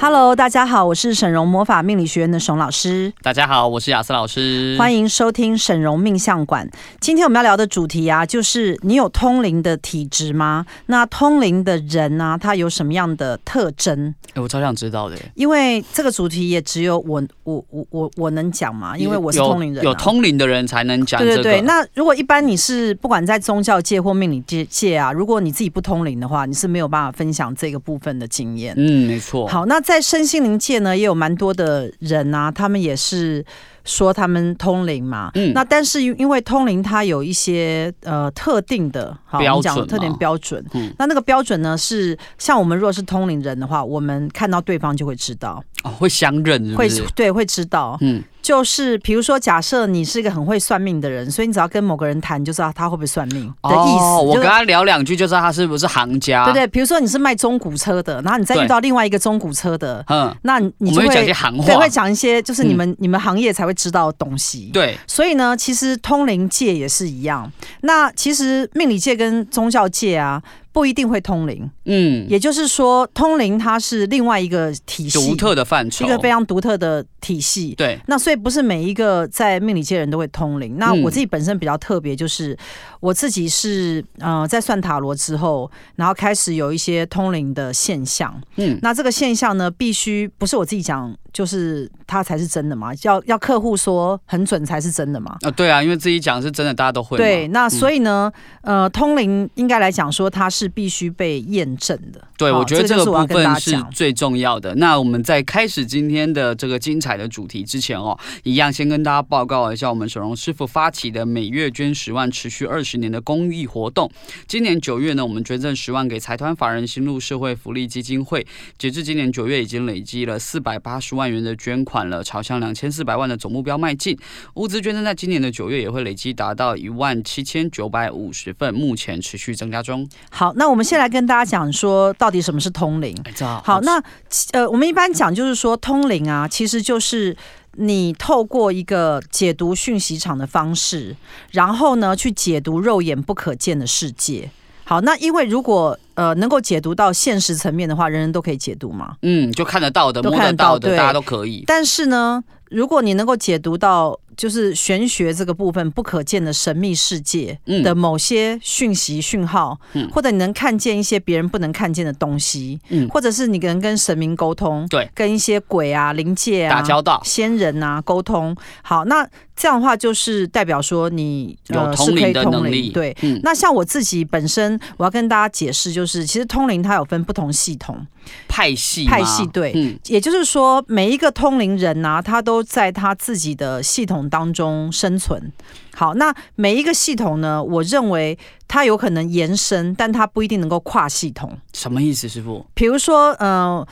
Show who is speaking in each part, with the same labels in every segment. Speaker 1: Hello，大家好，我是沈荣魔法命理学院的沈老师。
Speaker 2: 大家好，我是雅思老师，
Speaker 1: 欢
Speaker 2: 迎。
Speaker 1: 迎收听沈荣命相馆。今天我们要聊的主题啊，就是你有通灵的体质吗？那通灵的人啊，他有什么样的特征？
Speaker 2: 我超想知道的耶，
Speaker 1: 因为这个主题也只有我我我我我能讲嘛，因为我是
Speaker 2: 有
Speaker 1: 通灵人、啊
Speaker 2: 有通灵的人才能讲
Speaker 1: 对对
Speaker 2: 这个。
Speaker 1: 对，那如果一般你是不管在宗教界或命理界界啊，如果你自己不通灵的话，你是没有办法分享这个部分的经验。
Speaker 2: 嗯，没错。，
Speaker 1: 好，那在身心灵界呢，也有蛮多的人啊，他们也是说他们通灵嘛。
Speaker 2: 嗯
Speaker 1: 那但是因因为通灵它有一些呃特定的，好，
Speaker 2: 标
Speaker 1: 我们讲
Speaker 2: 准
Speaker 1: 特定
Speaker 2: 嘛
Speaker 1: 标准。
Speaker 2: 嗯
Speaker 1: 那那个标准呢是像我们如果是通灵人的话，我们看到对方就会知道，
Speaker 2: 哦、会相认是不
Speaker 1: 会
Speaker 2: 是？
Speaker 1: 对会知道。
Speaker 2: 嗯，
Speaker 1: 就是比如说，假设你是一个很会算命的人，所以你只要跟某个人谈，你就知道他会不会算命的意思。
Speaker 2: 哦，我
Speaker 1: 就是
Speaker 2: 跟他聊两句就知道他是不是行家。
Speaker 1: 对，对，比如说你是卖中古车的，然后你再遇
Speaker 2: 对
Speaker 1: 到另外一个中古车的，
Speaker 2: 嗯，
Speaker 1: 那你你
Speaker 2: 我
Speaker 1: 就
Speaker 2: 们会讲一些
Speaker 1: 会
Speaker 2: 行
Speaker 1: 对
Speaker 2: 话嗯
Speaker 1: 会。讲一些就是你们、你们行业才会知道的东西。，
Speaker 2: 对，
Speaker 1: 所以呢，其实通灵界也是一样。那其实命理界跟宗教界啊，不一定会通灵，
Speaker 2: 嗯，
Speaker 1: 也就是说，通灵它是另外一个体系，
Speaker 2: 独特的范畴。
Speaker 1: 一个非常独特的体系。
Speaker 2: 对，
Speaker 1: 那所以不是每一个在命理界的人都会通灵。那
Speaker 2: 嗯
Speaker 1: 我自己本身比较特别，就是、我自己是呃在算塔罗之后，然后开始有一些通灵的现象。
Speaker 2: 嗯，
Speaker 1: 那这个现象呢，必须不是我自己讲，就是它才是真的嘛，要要客户说很准才是真的嘛。
Speaker 2: 啊，对啊，因为自己讲是真的，大家都会嘛。
Speaker 1: 对，那
Speaker 2: 嗯
Speaker 1: 所以呢，呃，通灵应该来讲说，它是必须被验证的。
Speaker 2: 对，
Speaker 1: 好
Speaker 2: 我觉得
Speaker 1: 这
Speaker 2: 这
Speaker 1: 就
Speaker 2: 个
Speaker 1: 是我要
Speaker 2: 部
Speaker 1: 跟大家
Speaker 2: 分是
Speaker 1: 讲。
Speaker 2: 最重要的。那我们在开始今天的这个精彩的主题之前哦，一样先跟大家报告一下我们沈荣师傅发起的每月捐十万、持续二十年的公益活动。今年九月呢，我们捐赠十万给财团法人新路社会福利基金会，截至今年九月已经累积了四百八十万元的捐款了，朝向两千四百万的总目标迈进。物资捐赠在今年的九月也会累积达到一万七千九百五十份，目前持续增加中。
Speaker 1: 好，那我们先来跟大家讲说，到底什么是通灵？
Speaker 2: 哎，这好
Speaker 1: 好，那其呃，我们一般讲就是说，通灵啊，其实就是你透过一个解读讯息场的方式，然后呢，去解读肉眼不可见的世界。好，那因为如果呃能够解读到现实层面的话，人人都可以解读嘛。
Speaker 2: 嗯，就看得到的、
Speaker 1: 都
Speaker 2: 摸
Speaker 1: 看得
Speaker 2: 得
Speaker 1: 到
Speaker 2: 到的，
Speaker 1: 对
Speaker 2: 大家都可以。
Speaker 1: 但是呢，如果你能够解读到就是玄学这个部分不可见的神秘世界
Speaker 2: 嗯
Speaker 1: 的某些讯息讯号，
Speaker 2: 嗯
Speaker 1: 或者你能看见一些别人不能看见的东西，
Speaker 2: 嗯
Speaker 1: 或者是你能跟神明沟通，
Speaker 2: 对，
Speaker 1: 跟一些鬼啊、灵界啊
Speaker 2: 嗯打交道，
Speaker 1: 仙人啊沟通。好，那这样的话就是代表说你呃
Speaker 2: 有通灵的能力
Speaker 1: 对。
Speaker 2: 嗯，
Speaker 1: 那像我自己本身，我要跟大家解释，就是其实通灵它有分不同系统，
Speaker 2: 派系
Speaker 1: 派
Speaker 2: 嘛
Speaker 1: 系对
Speaker 2: 嗯
Speaker 1: 也就是说，每一个通灵人呐、他都在他自己的系统当中生存。好，那每一个系统呢，我认为它有可能延伸，但它不一定能够跨系统。
Speaker 2: 什么意思，师傅？
Speaker 1: 比如说，嗯、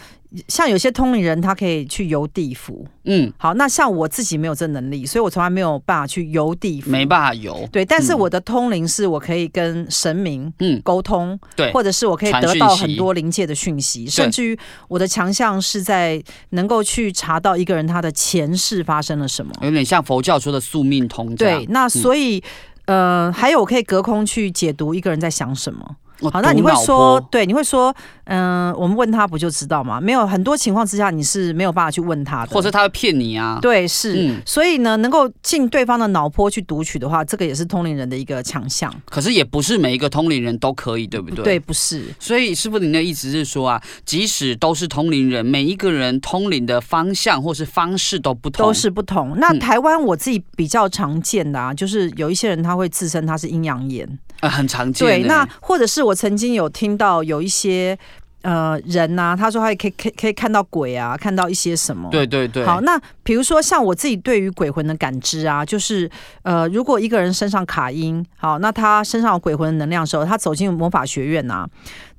Speaker 1: 像有些通灵人，他可以去游地府。
Speaker 2: 嗯，
Speaker 1: 好，那像我自己没有这能力，所以我从来没有办法去游地府。
Speaker 2: 没办法有，
Speaker 1: 对，但是
Speaker 2: 嗯
Speaker 1: 我的通灵是我可以跟神明
Speaker 2: 嗯
Speaker 1: 沟通，
Speaker 2: 对
Speaker 1: 或者是我可以
Speaker 2: 传
Speaker 1: 得
Speaker 2: 讯
Speaker 1: 到
Speaker 2: 息
Speaker 1: 很多灵界的讯息，甚至于我的强项是在能够去查到一个人他的前世发生了什么。
Speaker 2: 有点像佛教说的宿命通这样
Speaker 1: 对，，那所以。呃，还有我可以隔空去解读一个人在想什么。
Speaker 2: 哦
Speaker 1: 好，那你会
Speaker 2: 毒脑
Speaker 1: 说，
Speaker 2: 波
Speaker 1: 对，你会说，嗯、我们问他不就知道吗？没有，很多情况之下你是没有办法去问他的，
Speaker 2: 或是他会骗你啊？
Speaker 1: 对是，
Speaker 2: 嗯，
Speaker 1: 所以呢，能够进对方的脑波去读取的话，这个也是通灵人的一个强项。
Speaker 2: 可是也不是每一个通灵人都可以，对不对？
Speaker 1: 对，。不是，
Speaker 2: 所以师傅，您的意思是说啊，即使都是通灵人，每一个人通灵的方向或是方式都不同，
Speaker 1: 都是不同。那
Speaker 2: 嗯
Speaker 1: 台湾我自己比较常见的啊，就是有一些人他会自称他是阴阳眼，
Speaker 2: 呃很常见的。
Speaker 1: 对，那或者是我曾经有听到有一些。呃人呐、他说他也可以可以可以看到鬼啊，看到一些什么。
Speaker 2: 对对对，
Speaker 1: 好，那比如说像我自己对于鬼魂的感知啊，就是呃，如果一个人身上卡音，好，那他身上有鬼魂的能量的时候，他走进魔法学院啊，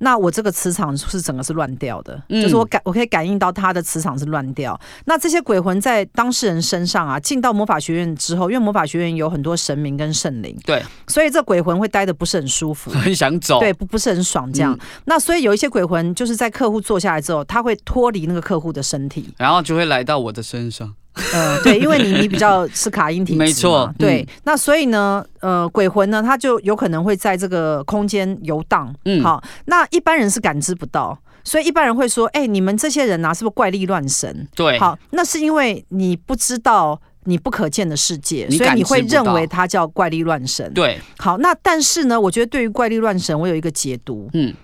Speaker 1: 那我这个磁场是整个是乱掉的，
Speaker 2: 嗯
Speaker 1: 就是我感我可以感应到他的磁场是乱掉。那这些鬼魂在当事人身上啊，进到魔法学院之后，因为魔法学院有很多神明跟圣灵，
Speaker 2: 对，
Speaker 1: 所以这鬼魂会待的不是很舒 服。
Speaker 2: 很想走，
Speaker 1: 对，不不是很爽这样。
Speaker 2: 嗯
Speaker 1: 那所以有一些鬼魂，就是在客户坐下来之后，他会脱离那个客户的身体，
Speaker 2: 然后就会来到我的身上。
Speaker 1: 呃，对，因为你你比 较是卡因体质嘛，
Speaker 2: 没错
Speaker 1: 对
Speaker 2: 嗯。
Speaker 1: 那所以呢，呃，鬼魂呢，他就有可能会在这个空间游荡。
Speaker 2: 嗯
Speaker 1: 好，那一般人是感知不到，所以一般人会说，哎、你们这些人啊，是不是怪力乱神？
Speaker 2: 对，
Speaker 1: 好，那是因为你不知道。你不可见的世界，
Speaker 2: 你
Speaker 1: 所以你
Speaker 2: 感知
Speaker 1: 会
Speaker 2: 不
Speaker 1: 认
Speaker 2: 到
Speaker 1: 为它叫怪力乱神。
Speaker 2: 对，
Speaker 1: 好，那但是呢，我觉得对于怪力乱神，我有一个解读。
Speaker 2: 嗯，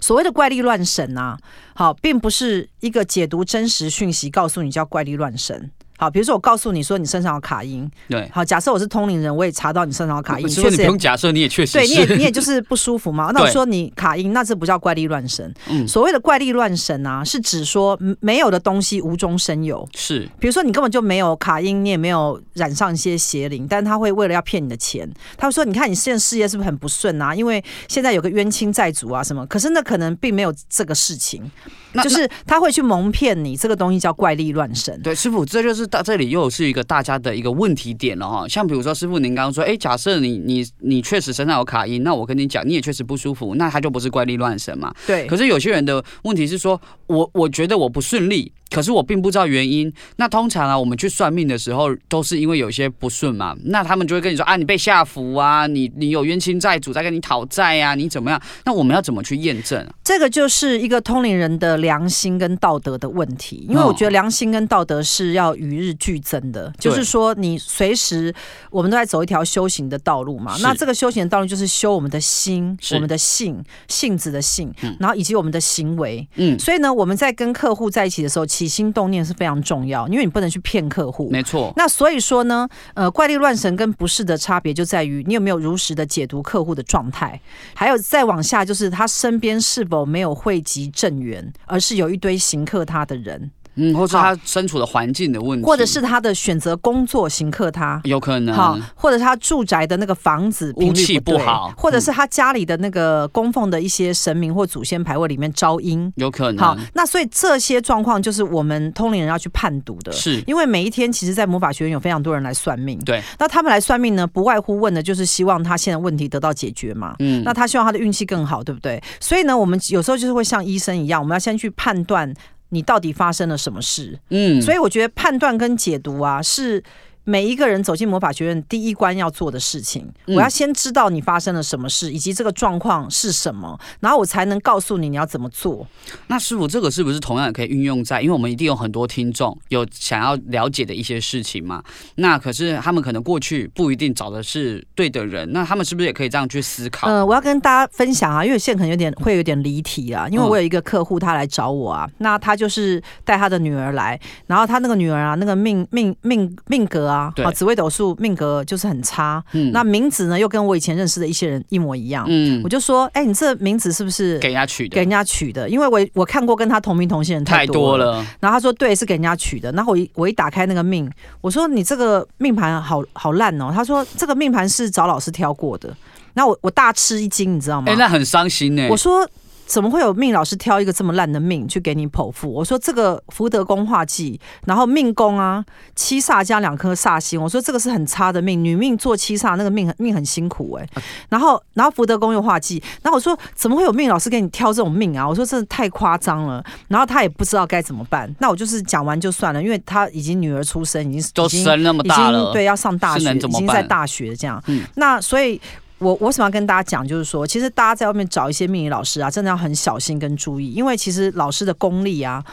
Speaker 1: 所谓的怪力乱神啊，好，并不是一个解读真实讯息告诉你叫怪力乱神。好，比如说我告诉你说你身上有卡因，
Speaker 2: 对。
Speaker 1: 好，假设我是通灵人，我也查到你身上有卡因，
Speaker 2: 是不
Speaker 1: 确实
Speaker 2: 是你不
Speaker 1: 也
Speaker 2: 用假设，你也确实
Speaker 1: 对，你也
Speaker 2: 是
Speaker 1: 你也就是不舒服 嘛。那我
Speaker 2: 对
Speaker 1: 说你卡因，那这不叫怪力乱神。
Speaker 2: 嗯
Speaker 1: 所谓的怪力乱神啊，是指说嗯没有的东西无中生有。
Speaker 2: 是
Speaker 1: 比如说你根本就没有卡因，你也没有染上一些邪灵，但他会为了要骗你的钱，他会说：“你看你现在事业是不是很不顺啊？因为现在有个冤亲债主啊什么。”可是那可能并没有这个事情，
Speaker 2: 那
Speaker 1: 就是他会去蒙骗你，这个东西叫怪力乱神。
Speaker 2: 对，师傅，这就是大这里又是一个大家的一个问题点了哈。像比如说，师傅您刚刚说，哎，假设你你你确实身上有卡因，那我跟你讲，你也确实不舒服，那他就不是怪力乱神嘛。
Speaker 1: 对
Speaker 2: 可是有些人的问题是说，我我觉得我不顺利，可是我并不知道原因。那通常啊，我们去算命的时候，都是因为有些不顺嘛，那他们就会跟你说啊，你被下符啊，你你有冤亲债主在跟你讨债啊，你怎么样？那我们要怎么去验证、啊？
Speaker 1: 这个就是一个通灵人的良心跟道德的问题，
Speaker 2: 哦
Speaker 1: 因为我觉得良心跟道德是要与日俱增的，就是说你随时我们都在走一条修行的道路嘛。
Speaker 2: 是
Speaker 1: 那这个修行的道路就是修我们的心、
Speaker 2: 是
Speaker 1: 我们的性、性子的性，然后以及我们的行为。
Speaker 2: 嗯，
Speaker 1: 所以呢，我们在跟客户在一起的时候，起心动念是非常重要，因为你不能去骗客户。
Speaker 2: 没错，
Speaker 1: 那所以说呢，呃，怪力乱神跟不是的差别就在于你有没有如实的解读客户的状态，还有再往下就是他身边是否没有汇集正缘，而是有一堆行克他的人，
Speaker 2: 嗯，或是他身处的环境的问题，
Speaker 1: 或者是他的选择工作行克他。
Speaker 2: 有可能
Speaker 1: 好，或者他住宅的那个房子
Speaker 2: 屋
Speaker 1: 频率
Speaker 2: 嗯气
Speaker 1: 不
Speaker 2: 不
Speaker 1: 对
Speaker 2: 好
Speaker 1: 或者是他家里的那个供奉的一些神明或祖先牌位里面招阴。
Speaker 2: 有可能
Speaker 1: 好，那所以这些状况就是我们通灵人要去判读的。
Speaker 2: 是
Speaker 1: 因为每一天，其实，在魔法学院有非常多人来算命。
Speaker 2: 对，
Speaker 1: 那他们来算命呢，不外乎问的就是希望他现在问题得到解决嘛。
Speaker 2: 嗯
Speaker 1: 那他希望他的运气更好，对不对？所以呢，我们有时候就是会像医生一样，我们要先去判断你到底发生了什么事。
Speaker 2: 嗯
Speaker 1: 所
Speaker 2: 以
Speaker 1: 以我觉得判断跟解读啊，是每一个人走进魔法学院第一关要做的事情。
Speaker 2: 嗯
Speaker 1: 我要先知道你发生了什么事，以及这个状况是什么，然后我才能告诉你你要怎么做。
Speaker 2: 那师傅这个是不是同样也可以运用在？因为我们一定有很多听众有想要了解的一些事情嘛。那可是他们可能过去不一定找的是对的人，那他们是不是也可以这样去思考？
Speaker 1: 呃，我要跟大家分享啊，因为现在可能有点会有点离题啊，因为
Speaker 2: 嗯
Speaker 1: 我有一个客户他来找我啊，那他就是带他的女儿来，然后他那个女儿啊，那个命命命命格啊，
Speaker 2: 对
Speaker 1: 啊紫微斗数命格就是很差，
Speaker 2: 嗯
Speaker 1: 那名字呢又跟我以前认识的一些人一模一样，
Speaker 2: 嗯
Speaker 1: 我，就说，哎、你这名字是不是
Speaker 2: 给人家取
Speaker 1: 给
Speaker 2: 的
Speaker 1: 人家取的？因为我我看过跟他同名同姓人
Speaker 2: 太
Speaker 1: 多
Speaker 2: 多。了，
Speaker 1: 然后他说对，是给人家取的。然后我一我一打开那个命，我说你这个命盘好好烂哦。他说这个命盘是找老师挑过的。然后我我大吃一惊，你知道吗？
Speaker 2: 哎、那很伤心呢、
Speaker 1: 我说怎么会有命老师挑一个这么烂的命去给你剖腹？我说这个福德宫化忌，然后命宫啊七煞加两颗煞星，我说这个是很差的命，女命做七煞那个命很命很辛苦
Speaker 2: 啊
Speaker 1: 哎、然后然后福德宫又化忌，然后我说怎么会有命老师给你挑这种命啊？我说真的太夸张了，然后他也不知道该怎么办。那我就是讲完就算了，因为他已经女儿出生，已经
Speaker 2: 都
Speaker 1: 已经
Speaker 2: 生那么大
Speaker 1: 已
Speaker 2: 了，
Speaker 1: 经对，要上大
Speaker 2: 是
Speaker 1: 学，
Speaker 2: 能
Speaker 1: 已
Speaker 2: 怎么
Speaker 1: 经在
Speaker 2: 办
Speaker 1: 大学这样。
Speaker 2: 嗯
Speaker 1: 那所以。我我为什么要跟大家讲，就是说，其实大家在外面找一些命理老师啊，真的要很小心跟注意，因为其实老师的功力啊，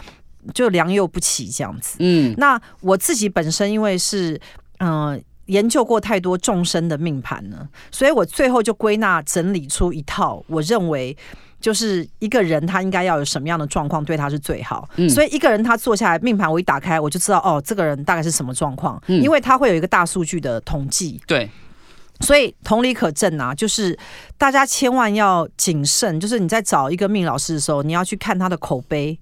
Speaker 1: 就良莠不齐这样子。
Speaker 2: 嗯，
Speaker 1: 那我自己本身因为是嗯、呃研究过太多众生的命盘呢，所以我最后就归纳整理出一套，我认为。就是一个人他应该要有什么样的状况对他是最好，
Speaker 2: 嗯
Speaker 1: 所以一个人他坐下来命盘我一打开我就知道哦这个人大概是什么状况，
Speaker 2: 嗯
Speaker 1: 因为他会有一个大数据的统计，
Speaker 2: 对，
Speaker 1: 所以同理可证啊，就是大家千万要谨慎，就是你在找一个命理老师的时候，你要去看他的口碑，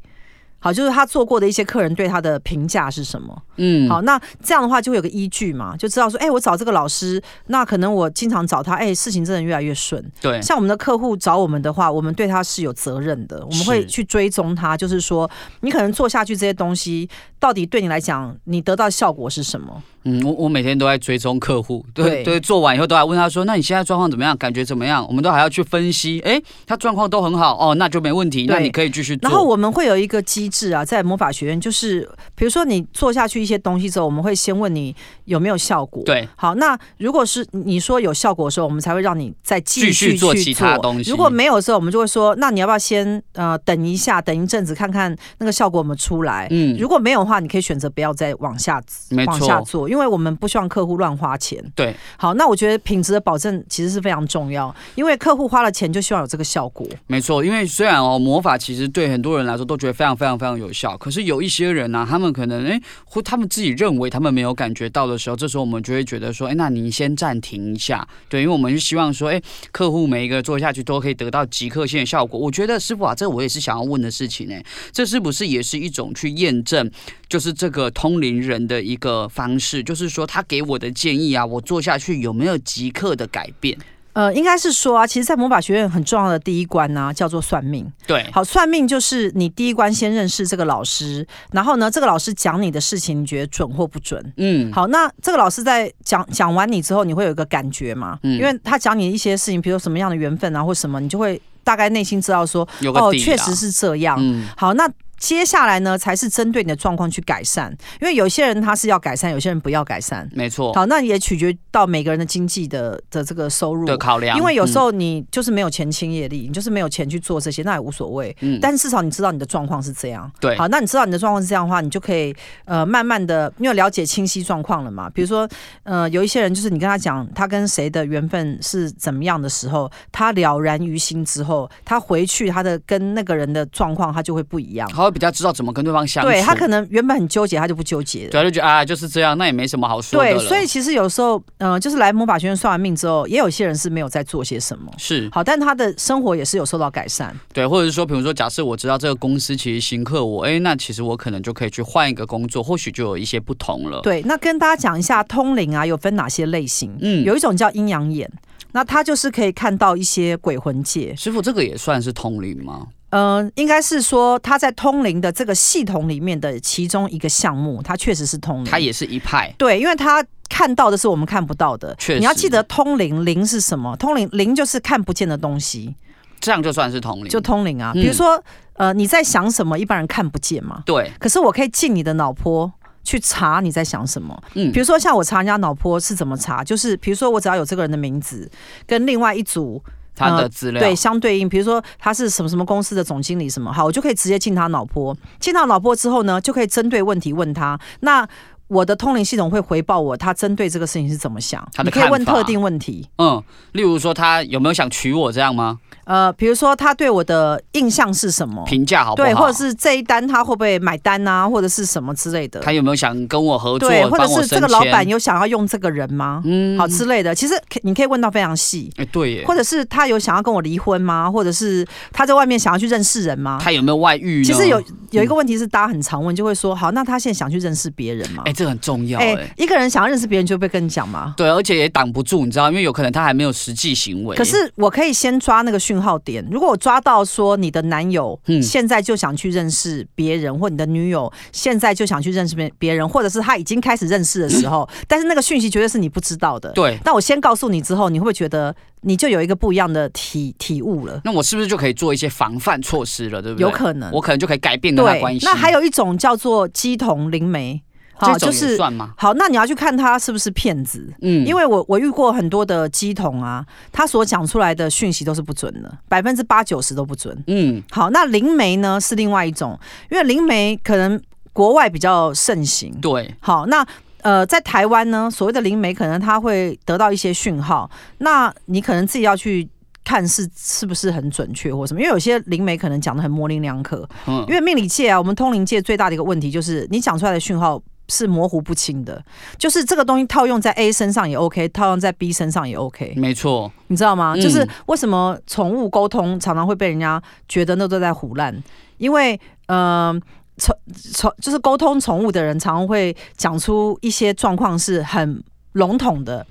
Speaker 1: 好，就是他做过的一些客人对他的评价是什么。
Speaker 2: 嗯，
Speaker 1: 好，那这样的话就会有个依据嘛，就知道说，哎、我找这个老师，那可能我经常找他，哎、事情真的越来越顺。
Speaker 2: 对，
Speaker 1: 像我们的客户找我们的话，我们对他是有责任的，我们会
Speaker 2: 是
Speaker 1: 去追踪他，就是说你可能做下去这些东西，到底对你来讲，你得到效果是什么？
Speaker 2: 嗯，我我每天都在追踪客户，
Speaker 1: 对
Speaker 2: 对对，做完以后都还问他说，那你现在状况怎么样？感觉怎么样？我们都还要去分析，诶，他状况都很好哦，那就没问题，
Speaker 1: 对
Speaker 2: 那你可以继续做。
Speaker 1: 然后我们会有一个机制啊，在魔法学院，就是比如说你做下去一些东西之后，我们会先问你有没有效果。。
Speaker 2: 对，
Speaker 1: 好，那如果是你说有效果的时候，我们才会让你再继续
Speaker 2: 继续
Speaker 1: 去
Speaker 2: 做其他东西
Speaker 1: 如果没有的时候，我们就会说，那你要不要先呃等一下，等一阵子看看那个效果有没有出来？
Speaker 2: 嗯，
Speaker 1: 如果没有的话，你可以选择不要再往下
Speaker 2: 没
Speaker 1: 往下
Speaker 2: 错，
Speaker 1: 做，因为我们不希望客户乱花钱。
Speaker 2: 对，
Speaker 1: 好，那我觉得品质的保证其实是非常重要，因为客户花了钱就希望有这个效果。
Speaker 2: 没错，因为虽然哦，魔法其实对很多人来说都觉得非常非常非常有效，可是有一些人呢、他们可能哎，或他们自己认为他们没有感觉到的时候，这时候我们就会觉得说，哎，那您先暂停一下，对，因为我们是希望说，哎，客户每一个做下去都可以得到即刻性的效果。我觉得师傅啊，这我也是想要问的事情哎，这是不是也是一种去验证，就是这个通灵人的一个方式，就是说他给我的建议啊，我做下去有没有即刻的改变？
Speaker 1: 呃，应该是说啊，其实，在魔法学院很重要的第一关呢、叫做算命。
Speaker 2: 对，
Speaker 1: 好，算命就是你第一关先认识这个老师，然后呢，这个老师讲你的事情，你觉得准或不准？
Speaker 2: 嗯，
Speaker 1: 好，那这个老师在讲讲完你之后，你会有一个感觉嘛？
Speaker 2: 嗯
Speaker 1: 因为他讲你一些事情，比如说什么样的缘分啊，或什么，你就会大概内心知道说，
Speaker 2: 有个
Speaker 1: 哦，
Speaker 2: 底
Speaker 1: 确
Speaker 2: 啦
Speaker 1: 实，是这样。
Speaker 2: 嗯。
Speaker 1: 好，那接下来呢，才是针对你的状况去改善，因为有些人他是要改善，有些人不要改善。
Speaker 2: 没错，
Speaker 1: 好，那也取决到每个人的经济的的这个收入。
Speaker 2: 的考量，
Speaker 1: 因为有时
Speaker 2: 嗯、
Speaker 1: 候你就是没有钱清业力，你就是没有钱去做这些，那也无所谓。
Speaker 2: 嗯
Speaker 1: 但至少你知道你的状况是这样。
Speaker 2: 对
Speaker 1: 好，那你知道你的状况是这样的话，你就可以呃慢慢的，因为了解清晰状况了嘛。比如说呃，有一些人就是你跟他讲他跟谁的缘分是怎么样的时候，他了然于心之后，他回去他的跟那个人的状况他就会不一样。
Speaker 2: 他会比较知道怎么跟对方相处，
Speaker 1: 对他可能原本很纠结，他就不纠结了。
Speaker 2: 对他就觉得啊就是这样，那也没什么好说的
Speaker 1: 对，
Speaker 2: 了
Speaker 1: 所以其实有时候，呃，就是来魔法学院算完命之后，也有些人是没有在做些什么。
Speaker 2: 是
Speaker 1: 好，但他的生活也是有受到改善。
Speaker 2: 对，或者是说，比如说，假设我知道这个公司其实行克我，哎，那其实我可能就可以去换一个工作，或许就有一些不同了。，
Speaker 1: 对，那跟大家讲一下通灵啊，有分哪些类型？
Speaker 2: 嗯
Speaker 1: 有一种叫阴阳眼，那它就是可以看到一些鬼魂界。
Speaker 2: 师傅这个也算是通灵吗？
Speaker 1: 嗯、应该是说它在通灵的这个系统里面的其中一个项目，它确实是通灵。
Speaker 2: 他也是一派，
Speaker 1: 对，因为它看到的是我们看不到的。
Speaker 2: 确实
Speaker 1: 你要记得通灵，灵是什么？通灵灵就是看不见的东西，
Speaker 2: 这样就算是通灵，
Speaker 1: 就通灵啊。
Speaker 2: 嗯
Speaker 1: 比如说，呃，你在想什么，一般人看不见嘛。
Speaker 2: 对，
Speaker 1: 可是我可以进你的脑波去查你在想什么。
Speaker 2: 嗯
Speaker 1: 比，如说像我查人家脑波是怎么查，就是比如说我只要有这个人的名字跟另外一组
Speaker 2: 他
Speaker 1: 呃
Speaker 2: 的资料、
Speaker 1: 对相对应，比如说他是什么什么公司的总经理什么，好，我就可以直接进他脑波。进他脑波之后呢，就可以针对问题问他。那我的通灵系统会回报我，他针对这个事情是怎么想。
Speaker 2: 他的
Speaker 1: 你可以问
Speaker 2: 看法
Speaker 1: 特定问题，
Speaker 2: 嗯，例如说他有没有想娶我这样吗？
Speaker 1: 呃，比如说他对我的印象是什么，
Speaker 2: 评价好不好？
Speaker 1: 哦对，或者是这一单他会不会买单啊，或者是什么之类的。
Speaker 2: 他有没有想跟我合作，
Speaker 1: 对，或者
Speaker 2: 帮我
Speaker 1: 是这
Speaker 2: 升
Speaker 1: 个老板
Speaker 2: 迁
Speaker 1: 有想要用这个人吗？
Speaker 2: 嗯
Speaker 1: 好之类的，其实可你可以问到非常细，
Speaker 2: 哎、对耶，
Speaker 1: 或者是他有想要跟我离婚吗？或者是他在外面想要去认识人吗？
Speaker 2: 他有没有外遇呢？嗯
Speaker 1: 其实有有一个问题是大家很常问，就会说，好，那他现在想去认识别人吗
Speaker 2: 哎、？这很重要哎、
Speaker 1: 一个人想要认识别人，就会被跟你讲吗？
Speaker 2: 对，而且也挡不住，你知道，因为有可能他还没有实际行为。
Speaker 1: 可是我可以先抓那个讯号点，如果我抓到说你的男友
Speaker 2: 嗯
Speaker 1: 现在就想去认识别人，或你的女友现在就想去认识别别人，或者是他已经开始认识的时 候，但是那个讯息绝对是你不知道的。
Speaker 2: 对，
Speaker 1: 但我先告诉你之后，你会不会觉得你就有一个不一样的体体悟了？
Speaker 2: 那我是不是就可以做一些防范措施了？对不对？
Speaker 1: 有可能
Speaker 2: 我可能就可以改变跟他
Speaker 1: 对
Speaker 2: 关，系。
Speaker 1: 那还有一种叫做鸡同灵媒，
Speaker 2: 这种
Speaker 1: 就
Speaker 2: 也
Speaker 1: 是
Speaker 2: 算吗？
Speaker 1: 好，那你要去看他是不是骗子。
Speaker 2: 嗯，
Speaker 1: 因
Speaker 2: 为
Speaker 1: 为我我遇过很多的鸡同啊，他所讲出来的讯息都是不准的，百分之八九十都不准。
Speaker 2: 嗯，
Speaker 1: 好，那灵媒呢是另外一种，因为灵媒可能国外比较盛行，
Speaker 2: 对，
Speaker 1: 好，那呃，在台湾呢，所谓的灵媒可能他会得到一些讯号，那你可能自己要去。看是是不是很准确或什么，因为有些灵媒可能讲的很模棱两可。
Speaker 2: 嗯
Speaker 1: 因为命理界啊，我们通灵界最大的一个问题就是，你讲出来的讯号是模糊不清的，就是这个东西套用在 A 身上也 OK，套用在 B 身上也 OK，
Speaker 2: 没错，
Speaker 1: 你知道吗？
Speaker 2: 嗯
Speaker 1: 就是为什么宠物沟通常常会被人家觉得那都在胡乱，因为呃。宠宠就是沟通宠物的人，常常会讲出一些状况是很笼统的，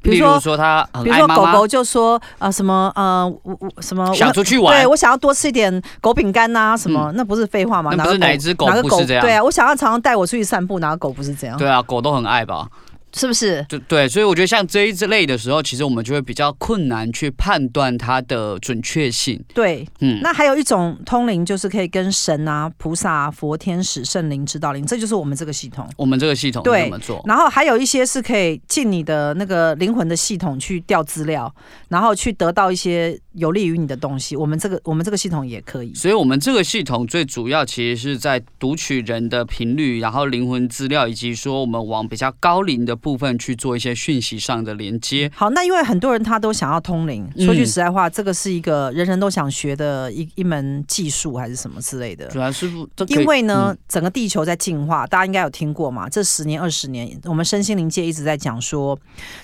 Speaker 1: 比如
Speaker 2: 例
Speaker 1: 说
Speaker 2: 如说他很
Speaker 1: 比如
Speaker 2: 爱
Speaker 1: 说
Speaker 2: 妈
Speaker 1: 狗
Speaker 2: 妈，
Speaker 1: 狗就说呃什么呃我我什么我
Speaker 2: 想出去玩嗯
Speaker 1: 对，我想要多吃一点狗饼干呐、什么、那不是废话吗？
Speaker 2: 那不是哪一只狗
Speaker 1: 哪个
Speaker 2: 不是这样
Speaker 1: 对啊，我想要常常带我出去散步，哪个狗不是这样？
Speaker 2: 对啊，狗都很爱吧？
Speaker 1: 是不是？
Speaker 2: 就对，所以我觉得像这一之类的时候，其实我们就会比较困难去判断它的准确性。
Speaker 1: 对。
Speaker 2: 嗯，
Speaker 1: 那还有一种通灵，就是可以跟神啊、菩萨、啊、佛、天使、圣灵、指导灵，这就是我们这个系统。
Speaker 2: 我们这个系统
Speaker 1: 对
Speaker 2: 怎么做？
Speaker 1: 然后还有一些是可以进你的那个灵魂的系统去调资料，然后去得到一些有利于你的东西。我们这个我们这个系统也可以。
Speaker 2: 所以，我们这个系统最主要其实是在读取人的频率，然后灵魂资料，以及说我们往比较高龄的部分去做一些讯息上的连接。
Speaker 1: 好，那因为很多人他都想要通灵，
Speaker 2: 嗯
Speaker 1: 说句实在话，这个是一个人人都想学的一一门技术，还是什么之类的。
Speaker 2: 主要是不这可以
Speaker 1: 因为呢，
Speaker 2: 嗯
Speaker 1: 整个地球在进化，大家应该有听过嘛？这十年、二十年，我们身心灵界一直在讲说，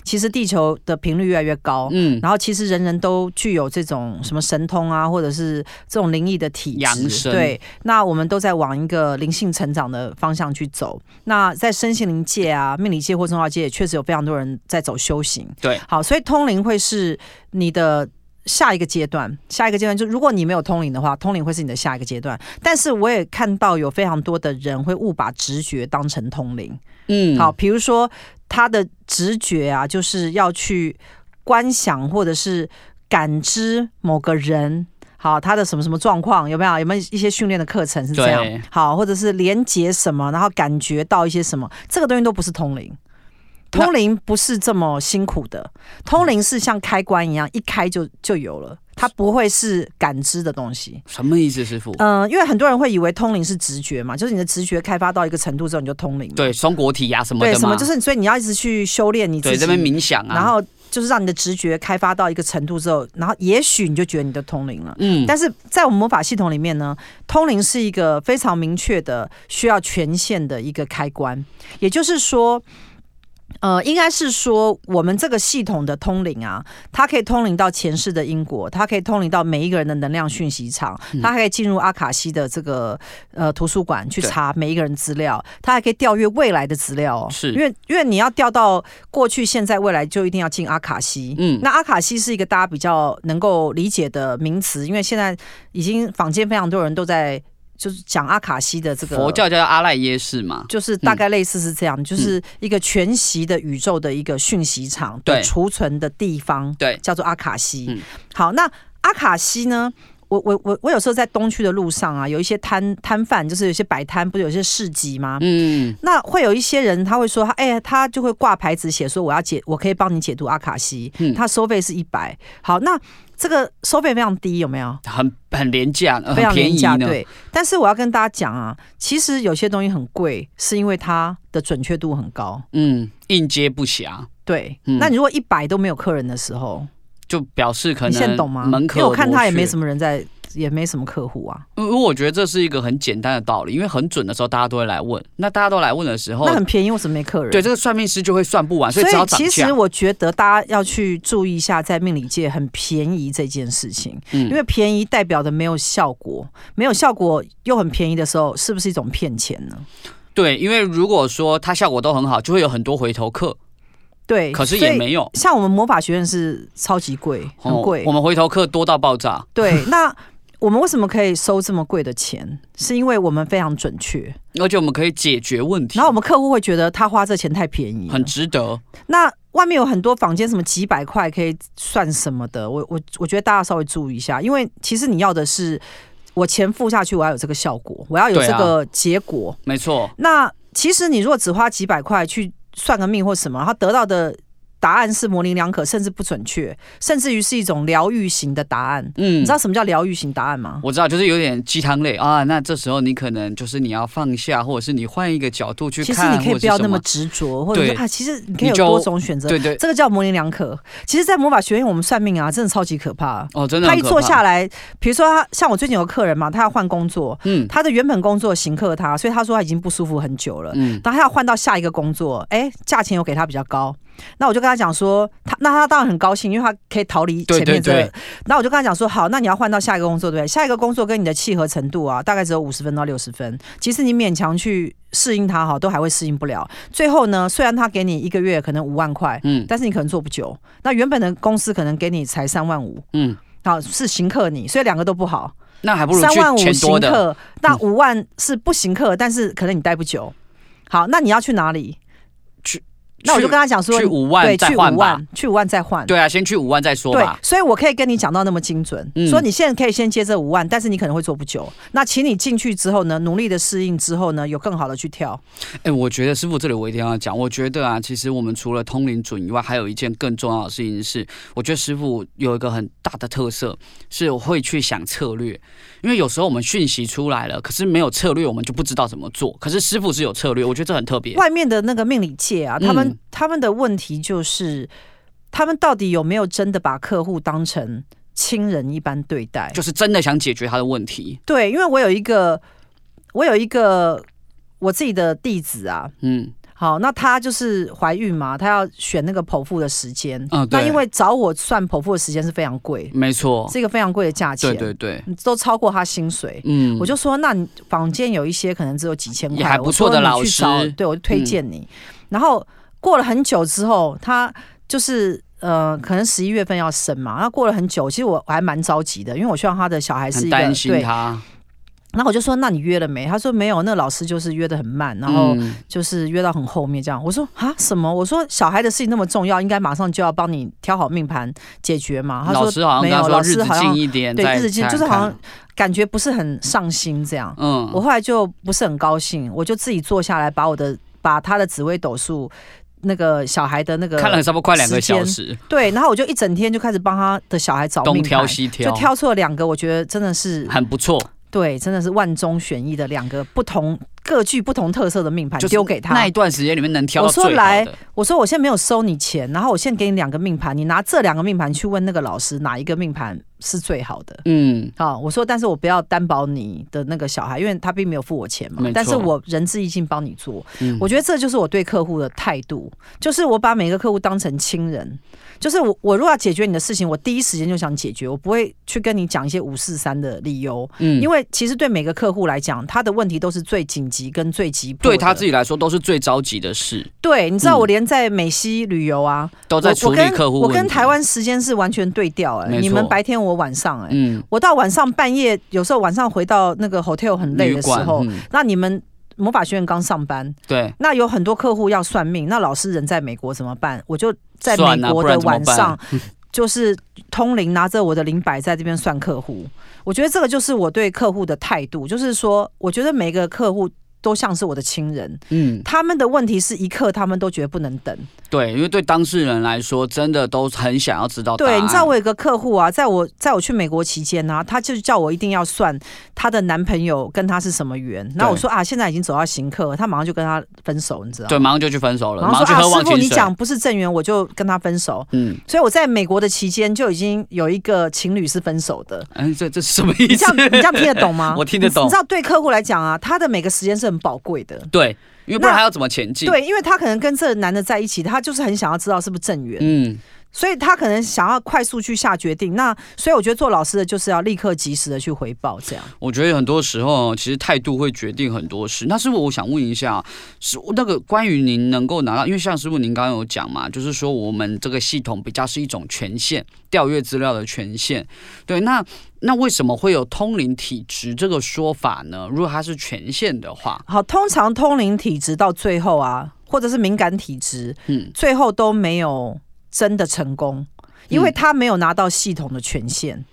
Speaker 1: 其实地球的频率越来越高，
Speaker 2: 嗯，
Speaker 1: 然后其实人人都具有这种什么神通啊，或者是这种灵异的体
Speaker 2: 阳
Speaker 1: 质。
Speaker 2: 神
Speaker 1: 对，那我们都在往一个灵性成长的方向去走。那在身心灵界啊、命理界或宗教界，也确实有非常多人在走修行。
Speaker 2: 对，
Speaker 1: 好，所以通灵会是你的。下一个阶段，下一个阶段就如果你没有通灵的话，通灵会是你的下一个阶段。但是我也看到有非常多的人会误把直觉当成通灵，
Speaker 2: 嗯，
Speaker 1: 好，，比如说他的直觉啊，就是要去观想或者是感知某个人。好，他的什么什么状况有没有？有没有一些训练的课程是这样
Speaker 2: 对？
Speaker 1: 好，或者是连接什么，然后感觉到一些什么，这个东西都不是通灵。
Speaker 2: 那
Speaker 1: 通灵不是这么辛苦的，通灵是像开关一样，一开就就有了，它不会是感知的东西。
Speaker 2: 什么意思，师傅？
Speaker 1: 嗯、因为很多人会以为通灵是直觉嘛，就是你的直觉开发到一个程度之后你就通灵嘛。
Speaker 2: 对，松果体呀、啊什么的
Speaker 1: 对，
Speaker 2: 嘛，
Speaker 1: 什么就是，所以你要一直去修炼你自
Speaker 2: 对
Speaker 1: 己，
Speaker 2: 这边冥想啊，
Speaker 1: 然后就是让你的直觉开发到一个程度之后，然后也许你就觉得你的通灵了。
Speaker 2: 嗯，
Speaker 1: 但是在我们魔法系统里面呢，通灵是一个非常明确的需要权限的一个开关，也就是说。呃，应该是说我们这个系统的通灵啊，它可以通灵到前世的因果，它可以通灵到每一个人的能量讯息场，
Speaker 2: 嗯
Speaker 1: 它还可以进入阿卡西的这个呃图书馆去
Speaker 2: 对
Speaker 1: 查每一个人资料，它还可以调阅未来的资料哦。
Speaker 2: 是
Speaker 1: 因为因为你要调到过去、现在、未来，就一定要进阿卡西。
Speaker 2: 嗯
Speaker 1: 那阿卡西是一个大家比较能够理解的名词，因为现在已经坊间非常多人都在就是讲阿卡西的这个
Speaker 2: 佛。教叫嗯阿赖耶识嘛，
Speaker 1: 就是大概类似是这样，就是一个全息的宇宙的一个讯息场的
Speaker 2: 对
Speaker 1: 储存的地方，
Speaker 2: 对
Speaker 1: 叫做阿卡西。
Speaker 2: 嗯
Speaker 1: 好，那阿卡西呢？我我我我有时候在东区的路上啊，有一些摊摊贩，就是有些摆摊，不是有些市集吗？
Speaker 2: 嗯，
Speaker 1: 那会有一些人，他会说他，哎、他就会挂牌子写说我要解，我可以帮你解读阿卡西，
Speaker 2: 嗯
Speaker 1: 他收费是一百。好，那这个收费非常低，有没有？
Speaker 2: 很很廉价，呃
Speaker 1: 非
Speaker 2: 很
Speaker 1: 常
Speaker 2: 便
Speaker 1: 廉
Speaker 2: 宜
Speaker 1: 价，
Speaker 2: 呢，
Speaker 1: 对。但是我要跟大家讲啊，其实有些东西很贵，是因为它的准确度很高。
Speaker 2: 嗯，应接不暇，
Speaker 1: 对，
Speaker 2: 嗯
Speaker 1: 那你如果一百都没有客人的时候，
Speaker 2: 就表示可
Speaker 1: 你现在
Speaker 2: 能
Speaker 1: 懂吗？
Speaker 2: 门可
Speaker 1: 因为我看他也没
Speaker 2: 么。
Speaker 1: 什么人在，也没什么客户啊，
Speaker 2: 因为嗯我觉得这是一个很简单的道理，因为很准的时候大家都会来问，那大家都来问的时候
Speaker 1: 那，很便宜，为什么没客人？
Speaker 2: 对这个算命师就会算不完，所
Speaker 1: 所
Speaker 2: 以只好
Speaker 1: 以
Speaker 2: 涨
Speaker 1: 其实
Speaker 2: 价。
Speaker 1: 我觉得大家要去注意一下，在命理界很便宜这件事情，
Speaker 2: 嗯
Speaker 1: 因为便宜代表的没有效果，没有效果又很便宜的时候，是不是一种骗钱呢？
Speaker 2: 对，因为如果说它效果都很好，就会有很多回头客，
Speaker 1: 对，
Speaker 2: 可是也
Speaker 1: 所以
Speaker 2: 没有，
Speaker 1: 像我们魔法学院是超级贵，很贵。
Speaker 2: 哦我们回头客多到爆炸。
Speaker 1: 对，那我们为什么可以收这么贵的钱？是因为我们非常准确，
Speaker 2: 而且我们可以解决问题，
Speaker 1: 然后我们客户会觉得他花这钱太便宜了，
Speaker 2: 很值得。
Speaker 1: 那外面有很多房间，什么几百块可以算什么的，我我我觉得大家稍微注意一下，因为其实你要的是我钱付下去，我要有这个效果，我要有
Speaker 2: 对
Speaker 1: 这
Speaker 2: 啊
Speaker 1: 个结果。
Speaker 2: 没错，
Speaker 1: 那其实你如果只花几百块去算个命或什么，他得到的答案是模棱两可，甚至不准确，甚至于是一种疗愈型的答案。
Speaker 2: 嗯
Speaker 1: 你知道什么叫疗愈型答案吗？
Speaker 2: 我知道，就是有点鸡汤类啊。那这时候你可能就是你要放下，或者是你换一个角度去
Speaker 1: 其
Speaker 2: 看，
Speaker 1: 实你可以不要那么
Speaker 2: 或者
Speaker 1: 执着，或者说
Speaker 2: 对
Speaker 1: 啊，其实你可以有
Speaker 2: 你就
Speaker 1: 多种选择
Speaker 2: 是什么。对对
Speaker 1: 这个叫模棱两可。其实，在魔法学院，我们算命啊，真的超级可怕。
Speaker 2: 哦，真的
Speaker 1: 他
Speaker 2: 很
Speaker 1: 一
Speaker 2: 可
Speaker 1: 坐
Speaker 2: 怕
Speaker 1: 下，来，比如说他像我最近有个客人嘛，他要换工作，
Speaker 2: 嗯
Speaker 1: 他的原本工作行克他，所以他说他已经不舒服很久了。
Speaker 2: 嗯
Speaker 1: 然后他要换到下一个工作，哎，价钱有给他比较高，那我就跟他讲说，他那他当然很高兴，因为他可以逃离前
Speaker 2: 对
Speaker 1: 面这
Speaker 2: 对
Speaker 1: 个。那我就跟他讲说，好，那你要换到下一个工作，对不对？下一个工作跟你的契合程度啊，大概只有五十分到六十分，其实你勉强去适应它哈，都还会适应不了。最后呢，虽然他给你一个月可能五万块，
Speaker 2: 嗯
Speaker 1: 但是你可能做不久，那原本的公司可能给你才三万五。
Speaker 2: 嗯，
Speaker 1: 好是行克你，所以两个都不好。
Speaker 2: 那还不如
Speaker 1: 三万
Speaker 2: 去
Speaker 1: 五
Speaker 2: 钱多
Speaker 1: 行
Speaker 2: 的，嗯
Speaker 1: 克，那五万是不行克，但是可能你待不久。好，那你要去哪里？那我就
Speaker 2: 去
Speaker 1: 跟他讲说，
Speaker 2: 去五万
Speaker 1: 对，
Speaker 2: 再
Speaker 1: 去
Speaker 2: 换
Speaker 1: 五
Speaker 2: 吧。
Speaker 1: 万，去五万再换。
Speaker 2: 对啊，先去五万再说
Speaker 1: 对
Speaker 2: 吧。
Speaker 1: 所以我可以跟你讲到那么精准，
Speaker 2: 嗯
Speaker 1: 说你现在可以先接这五万，但是你可能会做不久。那请你进去之后呢，努力的适应之后呢，有更好的去跳。
Speaker 2: 哎，我觉得师傅这里我一定要讲，我觉得啊，其实我们除了通灵准以外，还有一件更重要的事情是，我觉得师傅有一个很大的特色，是会去想策略。因为有时候我们讯息出来了，可是没有策略，我们就不知道怎么做。可是师傅是有策略，我觉得这很特别。
Speaker 1: 外面的那个命理界啊，他们、
Speaker 2: 嗯
Speaker 1: 他们的问题就是，他们到底有没有真的把客户当成亲人一般对待？
Speaker 2: 就是真的想解决他的问题。
Speaker 1: 对，因为我有一个，我有一个我自己的弟子啊，
Speaker 2: 嗯
Speaker 1: 好，那她就是怀孕嘛，她要选那个剖腹的时间。
Speaker 2: 嗯，对
Speaker 1: 那因为找我算剖腹的时间是非常贵，
Speaker 2: 没错，
Speaker 1: 是一个非常贵的价钱，嗯
Speaker 2: 对对对，
Speaker 1: 都超过她薪水。
Speaker 2: 嗯，
Speaker 1: 我就说，那你坊间有一些可能只有几千块，
Speaker 2: 也还不错的
Speaker 1: 我说
Speaker 2: 老
Speaker 1: 你去
Speaker 2: 师嗯
Speaker 1: 找对我就推荐你。然后过了很久之后，她就是。呃，可能十一月份要生嘛，那过了很久，其实我我还蛮着急的，因为我希望她的小孩是一
Speaker 2: 很
Speaker 1: 个
Speaker 2: 担心
Speaker 1: 对。
Speaker 2: 他，
Speaker 1: 然后我就说，那你约了没？她说没有，那老师就是约的很慢，然后
Speaker 2: 嗯
Speaker 1: 就是约到很后面这样。我说啊什么？我说小孩的事情那么重要，应该马上就要帮你挑好命盘解决嘛。他
Speaker 2: 老
Speaker 1: 说
Speaker 2: 师好像
Speaker 1: 没
Speaker 2: 跟
Speaker 1: 有
Speaker 2: 他说
Speaker 1: 老
Speaker 2: 日
Speaker 1: 师
Speaker 2: 子
Speaker 1: 好像
Speaker 2: 近一点，
Speaker 1: 对
Speaker 2: 再
Speaker 1: 日子近，
Speaker 2: 看
Speaker 1: 就是好像
Speaker 2: 看
Speaker 1: 感觉不是很上心这样。
Speaker 2: 嗯，
Speaker 1: 我后来就不是很高兴，我就自己坐下来把我的把他的紫微斗数那个小孩的那个
Speaker 2: 看了差不多快两个
Speaker 1: 时间
Speaker 2: 小时，
Speaker 1: 对，然后我就一整天就开始帮他的小孩找
Speaker 2: 东
Speaker 1: 命
Speaker 2: 挑
Speaker 1: 盘。
Speaker 2: 西
Speaker 1: 就
Speaker 2: 挑，
Speaker 1: 挑错了两个，我觉得真的是
Speaker 2: 很不错，
Speaker 1: 对，真的是万中选一的两个不同、各具不同特色的命盘
Speaker 2: 就是
Speaker 1: 丢给他。
Speaker 2: 那一段时间里面能挑到
Speaker 1: 我说
Speaker 2: 最好
Speaker 1: 来
Speaker 2: 的，
Speaker 1: 我说我现在没有收你钱，然后我现在给你两个命盘，你拿这两个命盘去问那个老师哪一个命盘是最好的。
Speaker 2: 嗯，
Speaker 1: 啊、我说，但是我不要担保你的那个小孩，因为他并没有付我钱嘛
Speaker 2: 没错。
Speaker 1: 但是我仁至义尽帮你做，
Speaker 2: 嗯
Speaker 1: 我觉得这就是我对客户的态度，就是我把每个客户当成亲人，就是我我如果要解决你的事情，我第一时间就想解决，我不会去跟你讲一些五四三的理由，
Speaker 2: 嗯
Speaker 1: 因
Speaker 2: 为
Speaker 1: 为其实对每个客户来讲，他的问题都是最紧急跟最急迫的。
Speaker 2: 对他自己来说都是最着急的事，
Speaker 1: 对，你知道
Speaker 2: 嗯
Speaker 1: 我连在美西旅游啊，
Speaker 2: 都在处
Speaker 1: 我我
Speaker 2: 理
Speaker 1: 跟
Speaker 2: 客户
Speaker 1: 我
Speaker 2: 问
Speaker 1: 跟
Speaker 2: 题
Speaker 1: 台，湾时间是完全对调哎、
Speaker 2: 没错
Speaker 1: 你们白天我晚上哎、
Speaker 2: 嗯，
Speaker 1: 我到晚上半夜，有时候晚上回到那个 hotel 很累
Speaker 2: 旅
Speaker 1: 的时
Speaker 2: 馆，
Speaker 1: 候，
Speaker 2: 嗯
Speaker 1: 那你们魔法学院刚上班，
Speaker 2: 对，
Speaker 1: 那有很多客户要算命，那老师人在美国怎么办？我就在
Speaker 2: 算啊
Speaker 1: 美国
Speaker 2: 不
Speaker 1: 的
Speaker 2: 然怎么
Speaker 1: 晚
Speaker 2: 办
Speaker 1: 上，就是通灵拿着我的灵摆在这边算客户。我觉得这个就是我对客户的态度，就是说，我觉得每个客户都像是我的亲人，
Speaker 2: 嗯，
Speaker 1: 他们的问题是一刻他们都觉得不能等。
Speaker 2: 对，因为对当事人来说，真的都很想要知道答案，
Speaker 1: 对，你知道我有个客户啊，在我在我去美国期间呢、啊，他就叫我一定要算她的男朋友跟她是什么缘。那我说啊，现在已经走到刑课了，他马上就跟他分手，你知道吗？
Speaker 2: 对，马上就去分手了，
Speaker 1: 然
Speaker 2: 马
Speaker 1: 后
Speaker 2: 上去
Speaker 1: 说啊，
Speaker 2: 喝
Speaker 1: 师
Speaker 2: 忘
Speaker 1: 傅，
Speaker 2: 情
Speaker 1: 你
Speaker 2: 水，
Speaker 1: 讲不是正缘，我就跟他分手。
Speaker 2: 嗯，
Speaker 1: 所以我在美国的期间就已经有一个情侣是分手 的。
Speaker 2: 哎，这这是什么意
Speaker 1: 你这
Speaker 2: 思
Speaker 1: 样？你这样听得懂吗？
Speaker 2: 我听得懂
Speaker 1: 你知道对客户来讲啊，他的每个时间是很宝贵的。
Speaker 2: 对，因为不然
Speaker 1: 那
Speaker 2: 还要怎么前进？，
Speaker 1: 对，因为他可能跟这个男的在一起，他就是很想要知道是不是正缘。
Speaker 2: 嗯，
Speaker 1: 所以他可能想要快速去下决定。那所以我觉得做老师的就是要立刻及时的去回报，这样。
Speaker 2: 我觉得很多时候其实态度会决定很多事。那师傅，我想问一下，是那个关于您能够拿到，因为像师傅您刚刚有讲嘛，就是说我们这个系统比较是一种权限，调阅资料的权限。对，那那为什么会有通灵体质这个说法呢？如果它是权限的话，
Speaker 1: 好，通常通灵体质到最后啊，或者是敏感体质，
Speaker 2: 嗯，
Speaker 1: 最后都没有真的成功，因为
Speaker 2: 嗯
Speaker 1: 他没有拿到系统的权限。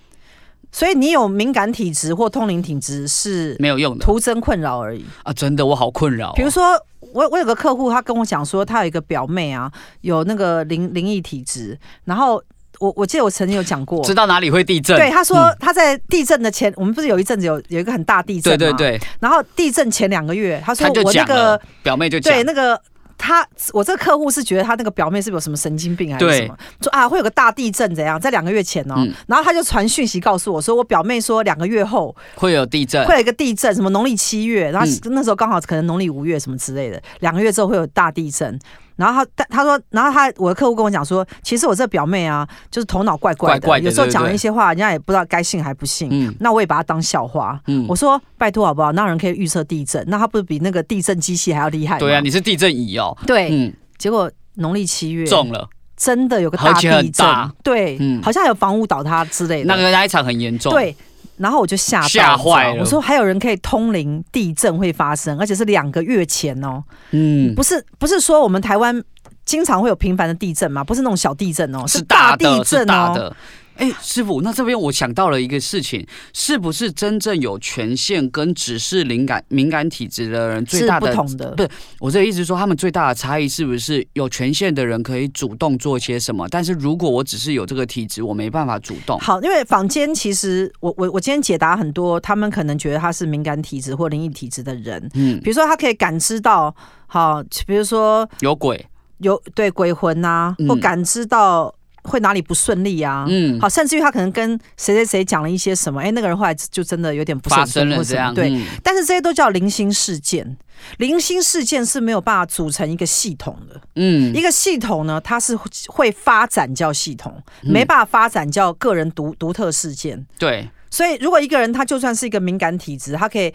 Speaker 1: 所以你有敏感体质或通灵体质是
Speaker 2: 没有用的
Speaker 1: 徒增困扰而已。
Speaker 2: 啊，真的我好困扰哦、
Speaker 1: 比如说，我我有个客户，他跟我讲说，他有一个表妹啊，有那个灵灵异体质，然后我我记得我曾经有讲过，
Speaker 2: 知道哪里会地震？
Speaker 1: 对，他说
Speaker 2: 嗯
Speaker 1: 他在地震的前，我们不是有一阵子有有一个很大地震
Speaker 2: 对
Speaker 1: 嘛，
Speaker 2: 对，对，
Speaker 1: 然后地震前两个月，他说
Speaker 2: 他就
Speaker 1: 我那
Speaker 2: 讲
Speaker 1: 个
Speaker 2: 了，表妹就讲
Speaker 1: 对，那个。他，我这个客户是觉得他那个表妹是不是有什么神经病还是
Speaker 2: 对
Speaker 1: 什么？说啊会有个大地震怎样？在两个月前哦，
Speaker 2: 嗯
Speaker 1: 然后他就传讯息告诉我说，我表妹说两个月后
Speaker 2: 会有地震
Speaker 1: 会，有一个地震，什么农历七月，然后
Speaker 2: 嗯
Speaker 1: 那时候刚好可能农历五月什么之类的，两个月之后会有大地震。然后他但他说，然后他我的客户跟我讲说，其实我这表妹啊，就是头脑怪怪的，
Speaker 2: 怪怪的
Speaker 1: 有时候
Speaker 2: 对对
Speaker 1: 讲了
Speaker 2: 对
Speaker 1: 一些话，人家也不知道该信还不信。
Speaker 2: 嗯
Speaker 1: 那我也把它当笑话。
Speaker 2: 嗯
Speaker 1: 我，说拜托好不好？那有人可以预测地震，那他不是比那个地震机器还要厉害吗？
Speaker 2: 对啊，你是地震仪哦，
Speaker 1: 对。
Speaker 2: 嗯，
Speaker 1: 结果农历七月
Speaker 2: 中了，
Speaker 1: 真的有个大
Speaker 2: 而且很
Speaker 1: 地震
Speaker 2: 大，
Speaker 1: 对，
Speaker 2: 嗯
Speaker 1: 好像有房屋倒塌之类的。
Speaker 2: 那个那一场很严重，，
Speaker 1: 对。然后我就吓到
Speaker 2: 吓
Speaker 1: 你知道吗
Speaker 2: 坏了
Speaker 1: 我说还有人可以通灵，地震会发生，而且是两个月前哦，
Speaker 2: 嗯，
Speaker 1: 不是不是说我们台湾经常会有频繁的地震嘛，不是那种小地震哦，
Speaker 2: 是
Speaker 1: 大
Speaker 2: 大
Speaker 1: 地
Speaker 2: 的，是
Speaker 1: 震
Speaker 2: 大
Speaker 1: 哦。
Speaker 2: 的。哎，师傅，那这边我想到了一个事情，是不是真正有权限跟只是灵感敏感体质的人最
Speaker 1: 是
Speaker 2: 大
Speaker 1: 不
Speaker 2: 的？
Speaker 1: 同的，
Speaker 2: 不我这个意思是说，他们最大的差异是不是有权限的人可以主动做些什么？但是如果我只是有这个体质，我没办法主动。
Speaker 1: 好，因为坊间其实我我我今天解答很多，他们可能觉得他是敏感体质或灵异体质的人，
Speaker 2: 嗯，
Speaker 1: 比如说他可以感知到，好，比如说
Speaker 2: 有鬼，
Speaker 1: 有对鬼魂呐、
Speaker 2: 嗯
Speaker 1: 或感知到会哪里不顺利啊，
Speaker 2: 嗯，
Speaker 1: 好，甚至于他可能跟谁谁谁讲了一些什么，哎，那个人后来就真的有点不是
Speaker 2: 发
Speaker 1: 很
Speaker 2: 生
Speaker 1: 顺
Speaker 2: 了
Speaker 1: 或什
Speaker 2: 这
Speaker 1: 么
Speaker 2: 样，
Speaker 1: 对。
Speaker 2: 嗯
Speaker 1: 但是这些都叫零星事件，零星事件是没有办法组成一个系统的。
Speaker 2: 嗯
Speaker 1: 一个系统呢，它是会发展叫系统，
Speaker 2: 嗯
Speaker 1: 没办法发展叫个人独独特事件。
Speaker 2: 对，
Speaker 1: 所以，如果一个人他就算是一个敏感体质，他可以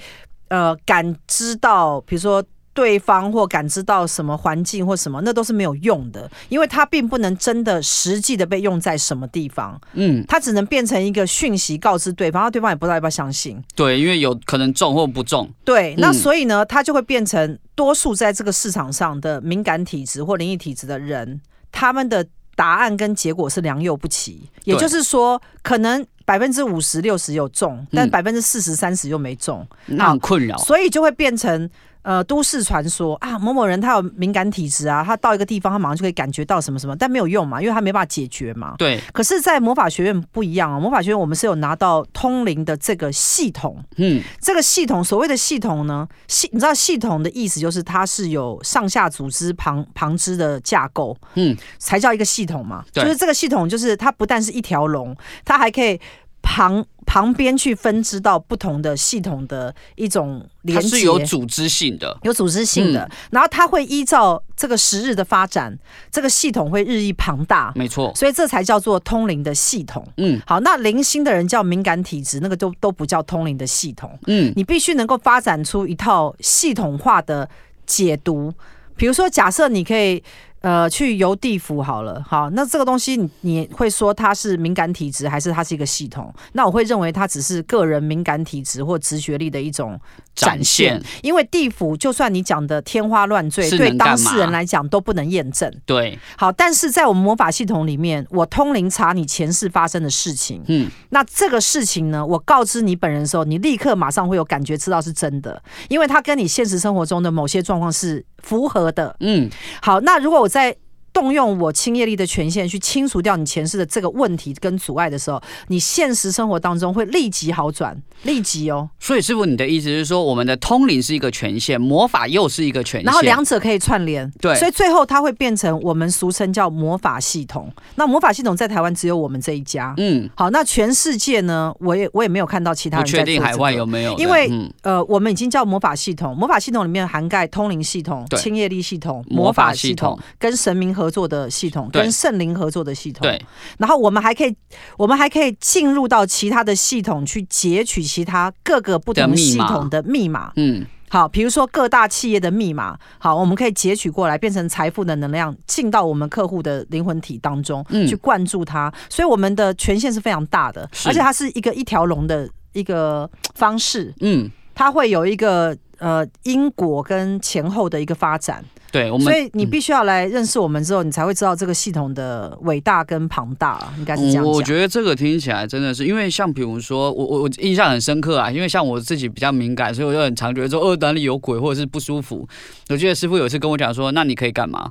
Speaker 1: 呃感知到，比如说。对方或感知到什么环境或什么，那都是没有用的，因为它并不能真的实际的被用在什么地方。
Speaker 2: 嗯
Speaker 1: 它只能变成一个讯息告知对方，然后对方也不知道要不要相信。
Speaker 2: 对，因为有可能中或不中，
Speaker 1: 对，那
Speaker 2: 嗯
Speaker 1: 所以呢，它就会变成多数在这个市场上的敏感体质或灵异体质的人，他们的答案跟结果是良莠不齐。也
Speaker 2: 对
Speaker 1: 就是说，可能百分之五十、六十有中，但
Speaker 2: 嗯
Speaker 1: 百分之四十、三十又没中，
Speaker 2: 那很困扰。
Speaker 1: 所以就会变成。呃，都市传说啊，某某人他有敏感体质啊，他到一个地方，他马上就可以感觉到什么什么，但没有用嘛，因为他没办法解决嘛。
Speaker 2: 对，
Speaker 1: 可是，在魔法学院不一样哦，魔法学院我们是有拿到通灵的这个系统，
Speaker 2: 嗯，
Speaker 1: 这个系统所谓的系统呢，系你知道系统的意思就是它是有上下组织旁旁支的架构，
Speaker 2: 嗯，
Speaker 1: 才叫一个系统嘛。就
Speaker 2: 对
Speaker 1: 是这个系统，就是它不但是一条龙，它还可以旁旁边去分支到不同的系统的一种连
Speaker 2: 它
Speaker 1: 接，
Speaker 2: 是有组嗯织性的，
Speaker 1: 有组织性的，然后它会依照这个时日的发展，这个系统会日益庞大，
Speaker 2: 没错。
Speaker 1: 所以这才叫做通灵的系统。
Speaker 2: 嗯
Speaker 1: 好，那零星的人叫敏感体质，那个都都不叫通灵的系统。
Speaker 2: 嗯，
Speaker 1: 你必须能够发展出一套系统化的解读。比如说，假设你可以呃去游地府好了，好，那这个东西你你会说它是敏感体质，还是它是一个系统？那我会认为它只是个人敏感体质或直觉力的一种
Speaker 2: 展现
Speaker 1: 因为地府就算你讲的天花乱坠，
Speaker 2: 是
Speaker 1: 对
Speaker 2: 能干
Speaker 1: 当事人
Speaker 2: 嘛
Speaker 1: 来讲都不能验证。
Speaker 2: 对，
Speaker 1: 好，但是在我们魔法系统里面，我通灵查你前世发生的事情。
Speaker 2: 嗯，
Speaker 1: 那这个事情呢，我告知你本人的时候，你立刻马上会有感觉，知道是真的，因为它跟你现实生活中的某些状况是符合的。
Speaker 2: 嗯
Speaker 1: 好，那如果我在动用我清业力的权限去清除掉你前世的这个问题跟阻碍的时候，你现实生活当中会立即好转，立即哦。，
Speaker 2: 所以师傅，你的意思是说，我们的通灵是一个权限，魔法又是哎一个权限，
Speaker 1: 然后两者可以串联，
Speaker 2: 对
Speaker 1: 所以最后它会变成我们俗称叫魔法系统。那魔法系统在台湾只有我们这一家，
Speaker 2: 嗯，
Speaker 1: 好，那全世界呢？我也我也没有看到其他
Speaker 2: 不
Speaker 1: 人在
Speaker 2: 确
Speaker 1: 做、这
Speaker 2: 定
Speaker 1: 个
Speaker 2: 海外有没有的，
Speaker 1: 因为
Speaker 2: 嗯
Speaker 1: 呃，我们已经叫魔法系统，魔法系统里面涵盖通灵系统、
Speaker 2: 对
Speaker 1: 清业力系统、
Speaker 2: 魔法
Speaker 1: 系
Speaker 2: 系
Speaker 1: 统
Speaker 2: 统、
Speaker 1: 跟神明合作的系统、
Speaker 2: 对
Speaker 1: 跟圣灵合作的系统。
Speaker 2: 对，
Speaker 1: 然后我们还可以，我们还可以进入到其他的系统去截取其他各个不
Speaker 2: 的
Speaker 1: 同
Speaker 2: 密
Speaker 1: 系
Speaker 2: 码
Speaker 1: 统的密码。
Speaker 2: 嗯，
Speaker 1: 好，比如说各大企业的密码，好，我们可以截取过来，变成财富的能量，进到我们客户的灵魂体当中，
Speaker 2: 嗯
Speaker 1: 去灌注它。所以我们的权限是非常大的，
Speaker 2: 是
Speaker 1: 而且它是一个一条龙的一个方式，
Speaker 2: 嗯，
Speaker 1: 它会有一个呃因果跟前后的一个发展。
Speaker 2: 对，我们
Speaker 1: 所以你必须要来认识我们之后，你才会知道这个系统的伟大跟庞大啊，应该是这样
Speaker 2: 嗯
Speaker 1: 讲。
Speaker 2: 我觉得这个听起来真的是，因为像比如说，我我我印象很深刻啊，因为像我自己比较敏感，所以我就很常觉得说，哦，哪里有鬼或者是不舒服。我记得师傅有一次跟我讲说，那你可以干嘛？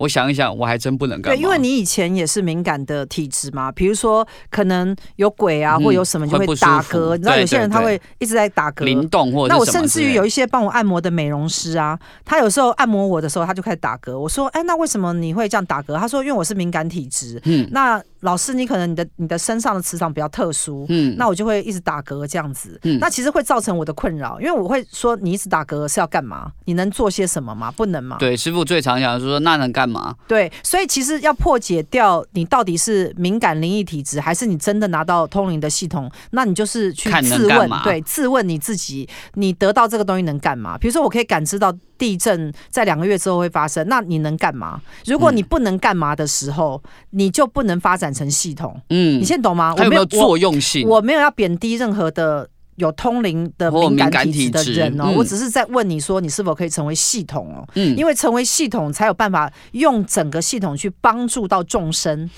Speaker 2: 我想一想，我还真不能干嘛。
Speaker 1: 对，因为你以前也是敏感的体质嘛，比如说可能有鬼啊，
Speaker 2: 嗯
Speaker 1: 或有什么你就
Speaker 2: 会不舒
Speaker 1: 打
Speaker 2: 服
Speaker 1: 嗝，你知道
Speaker 2: 对
Speaker 1: 有些人
Speaker 2: 对
Speaker 1: 他
Speaker 2: 对
Speaker 1: 会一直在打嗝。
Speaker 2: 灵动或者
Speaker 1: 那
Speaker 2: 是
Speaker 1: 我
Speaker 2: 什么
Speaker 1: 甚至
Speaker 2: 之
Speaker 1: 于
Speaker 2: 类
Speaker 1: 有一些帮我按摩的美容师啊，他有时候按摩我的时候，他就开始打嗝。我说：“哎，那为什么你会这样打嗝？”他说：“因为我是敏感体质。
Speaker 2: 嗯
Speaker 1: 那老师，你可能你的你的身上的磁场比较特殊，
Speaker 2: 嗯
Speaker 1: 那我就会一直打嗝这样子。
Speaker 2: 嗯
Speaker 1: 那其实会造成我的困扰，因为我会说你一直打嗝是要干嘛？你能做些什么吗？不能吗？
Speaker 2: 对师傅最常讲的是说，那能干嘛？
Speaker 1: 对，所以其实要破解掉你到底是敏感灵异体质，还是你真的拿到通灵的系统，那你就是去
Speaker 2: 看能
Speaker 1: 自
Speaker 2: 干
Speaker 1: 问
Speaker 2: 嘛，
Speaker 1: 对，自问你自己，你得到这个东西能干嘛？比如说，我可以感知到地震在两个月之后会发生，那你能干嘛？
Speaker 2: 嗯
Speaker 1: 如果你不能干嘛的时候，你就不能发展成系统，
Speaker 2: 嗯
Speaker 1: 你，现在懂吗？
Speaker 2: 它有没有
Speaker 1: 我
Speaker 2: 作用性？
Speaker 1: 我没有要贬低任何的。有通灵的
Speaker 2: 或
Speaker 1: 敏
Speaker 2: 敏感
Speaker 1: 感体质
Speaker 2: 体
Speaker 1: 的
Speaker 2: 质
Speaker 1: 人哦，
Speaker 2: 嗯
Speaker 1: 我只是在问你说你是否可以成为系统哦，
Speaker 2: 嗯
Speaker 1: 因为成为系统，才有办法用整个系统去帮助到众生。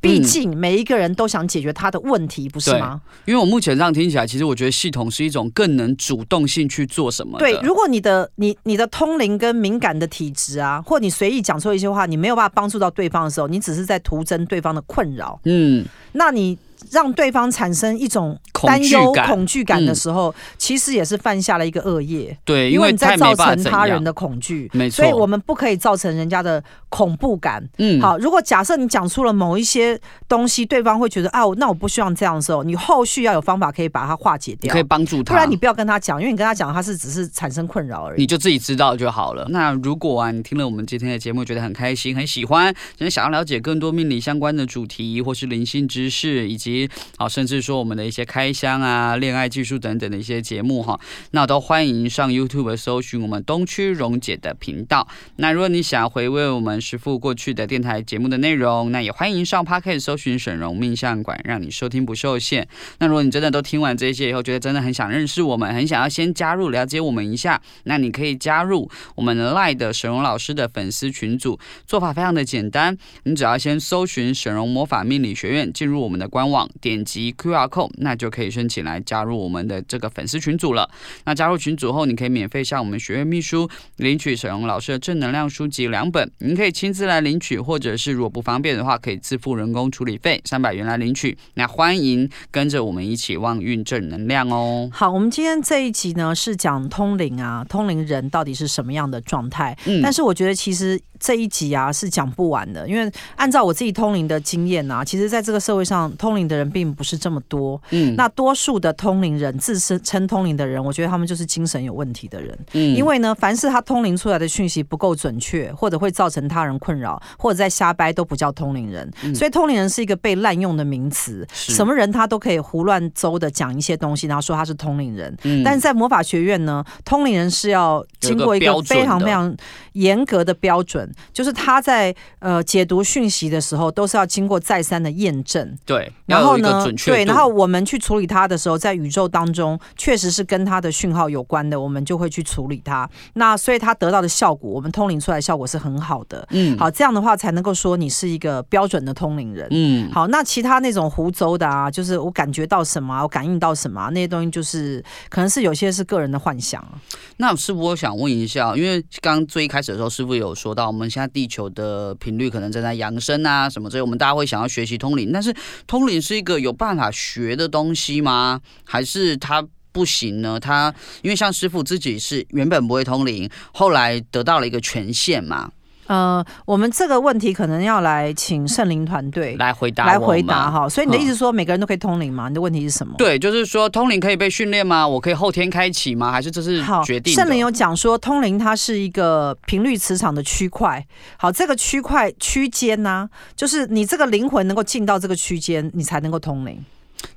Speaker 1: 毕竟每一个人都想解决他的问题，不是吗？
Speaker 2: 因为我目前这样听起来，其实我觉得系统是一种更能主动性去做什么的。
Speaker 1: 对，如果你的你你的通灵跟敏感的体质啊，或你随意讲错一些话，你没有办法帮助到对方的时候，你只是在徒增对方的困扰。
Speaker 2: 嗯，
Speaker 1: 那你让对方产生一种
Speaker 2: 恐
Speaker 1: 担
Speaker 2: 惧
Speaker 1: 忧、
Speaker 2: 感，
Speaker 1: 恐惧感的
Speaker 2: 嗯
Speaker 1: 时候，其实也是犯下了一个恶业，
Speaker 2: 对，
Speaker 1: 因为你
Speaker 2: 他
Speaker 1: 在
Speaker 2: 也
Speaker 1: 造
Speaker 2: 没办
Speaker 1: 成
Speaker 2: 法怎
Speaker 1: 他人
Speaker 2: 样。
Speaker 1: 的恐惧。
Speaker 2: 没错，
Speaker 1: 所以我们不可以造成人家的恐怖感。
Speaker 2: 嗯，
Speaker 1: 好，如果假设你讲出了某一些东西，对方会觉得啊，我那我不希望这样的时候，你后续要有方法可以把它化解
Speaker 2: 你
Speaker 1: 掉
Speaker 2: 可以，帮助
Speaker 1: 不
Speaker 2: 他，
Speaker 1: 然你不要跟他讲，因为你跟他讲，他是只是产生困扰而
Speaker 2: 你
Speaker 1: 已。
Speaker 2: 就自己知道就好了。那如果啊，你听了我们今天的节目，觉得很开心、很喜欢，真的想要了解更多命理相关的主题，或是灵性知识，以及啊，甚至说我们的一些开箱啊、恋爱技术等等的一些节目哈，那都欢迎上 YouTube 搜寻我们东区蓉姐的频道。那如果你想要回味我们师傅过去的电台节目的内容，那也欢迎上 Podcast 搜寻沈荣命相馆，让你收听不受限。那如果你真的都听完这些以后，觉得真的很想认识我们，很想要先加入了解我们一下，那你可以加入我们赖的沈荣老师的粉丝群组，做法非常的简单，你只要先搜寻沈荣魔法命理学院，进入我们的官网，点击 QR code，那就可以申请来加入我们的这个粉丝群组了。那加入群组后，你可以免费向我们学院秘书领取沈荣老师的正能量书籍两本，您可以亲自来领取，或者是如果不方便的话，可以自付人工处理费三百元来领取。那欢迎跟着我们一起旺运正能量哦。
Speaker 1: 好，我们今天这一集呢是讲通灵啊，通灵人到底是什么样的状态？
Speaker 2: 嗯
Speaker 1: 但是我觉得其实这一集啊是讲不完的，因为按照我自己通灵的经验啊，其实在这个社会上通灵的人并不是这么多。
Speaker 2: 嗯
Speaker 1: 那多数的通灵人，自称称通灵的人，我觉得他们就是精神有问题的人。
Speaker 2: 嗯
Speaker 1: 因为呢，凡是他通灵出来的讯息不够准确，或者会造成他人困扰，或者在瞎掰，都不叫通灵人。
Speaker 2: 嗯
Speaker 1: 所以通灵人是一个被滥用的名词，
Speaker 2: 是
Speaker 1: 什么人他都可以胡乱诌的讲一些东西，然后说他是通灵人。
Speaker 2: 嗯
Speaker 1: 但是在魔法学院呢，通灵人是要经过一
Speaker 2: 有
Speaker 1: 个
Speaker 2: 一个标准的
Speaker 1: 非常非常严格的标准，就是他在呃解读讯息的时候，都是要经过再三的验证。
Speaker 2: 对，
Speaker 1: 然
Speaker 2: 要有
Speaker 1: 后
Speaker 2: 一个
Speaker 1: 呢
Speaker 2: 准，确
Speaker 1: 对，
Speaker 2: 度
Speaker 1: 然后我们去处理它的时候，在宇宙当中确实是跟它的讯号有关的，我们就会去处理它。那所以它得到的效果，我们通灵出来的效果是很好的。
Speaker 2: 嗯
Speaker 1: 好，这样的话才能够说你是一个标准的通灵人。
Speaker 2: 嗯
Speaker 1: 好，那其他那种胡诌的啊，就是我感觉到什么啊、我感应到什么、啊、那些东西，就是可能是有些是个人的幻想啊。
Speaker 2: 那师傅，我想问一下，因为刚刚最一开始的时候，师傅有说到，我们现在地球的频率可能正在扬升啊，什么之类，我们大家会想要学习通灵，但是通灵是一个有办法学的东西吗？还是它不行呢？它因为像师傅自己是原本不会通灵，后来得到了一个权限嘛，
Speaker 1: 呃，我们这个问题可能要来请圣灵团队
Speaker 2: 来回答
Speaker 1: 来
Speaker 2: 我
Speaker 1: 回
Speaker 2: 们嗯
Speaker 1: 答。哈。所以你的意思说每个人都可以通灵吗？你的问题是什么？
Speaker 2: 对，就是说通灵可以被训练吗？我可以后天开启吗？还是这是
Speaker 1: 好，
Speaker 2: 决定的？
Speaker 1: 圣灵有讲说，通灵它是一个频率磁场的区块。好，这个区块区间呢、就是你这个灵魂能够进到这个区间，你才能够通灵。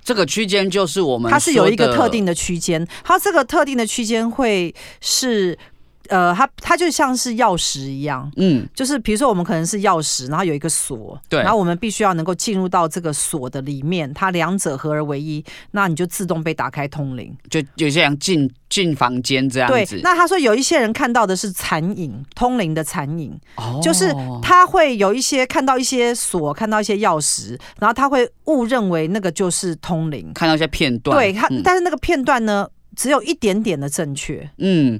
Speaker 2: 这个区间就是我们
Speaker 1: 它是有
Speaker 2: 说
Speaker 1: 一个
Speaker 2: 的
Speaker 1: 特定的区间，它这个特定的区间会是。呃，它它就像是钥匙一样，
Speaker 2: 嗯，
Speaker 1: 就是比如说我们可能是钥匙，然后有一个锁，
Speaker 2: 对
Speaker 1: 然后我们必须要能够进入到这个锁的里面，它两者合而为一，那你就自动被打开通灵。
Speaker 2: 就有些人进进房间这样
Speaker 1: 对
Speaker 2: 子，，
Speaker 1: 那他说有一些人看到的是残影，通灵的残影，
Speaker 2: 哦
Speaker 1: 就是他会有一些看到一些锁，看到一些钥匙，然后他会误认为那个就是通灵。
Speaker 2: 看到一些片段，
Speaker 1: 对他，
Speaker 2: 嗯
Speaker 1: 但是那个片段呢，只有一点点的正确，
Speaker 2: 嗯，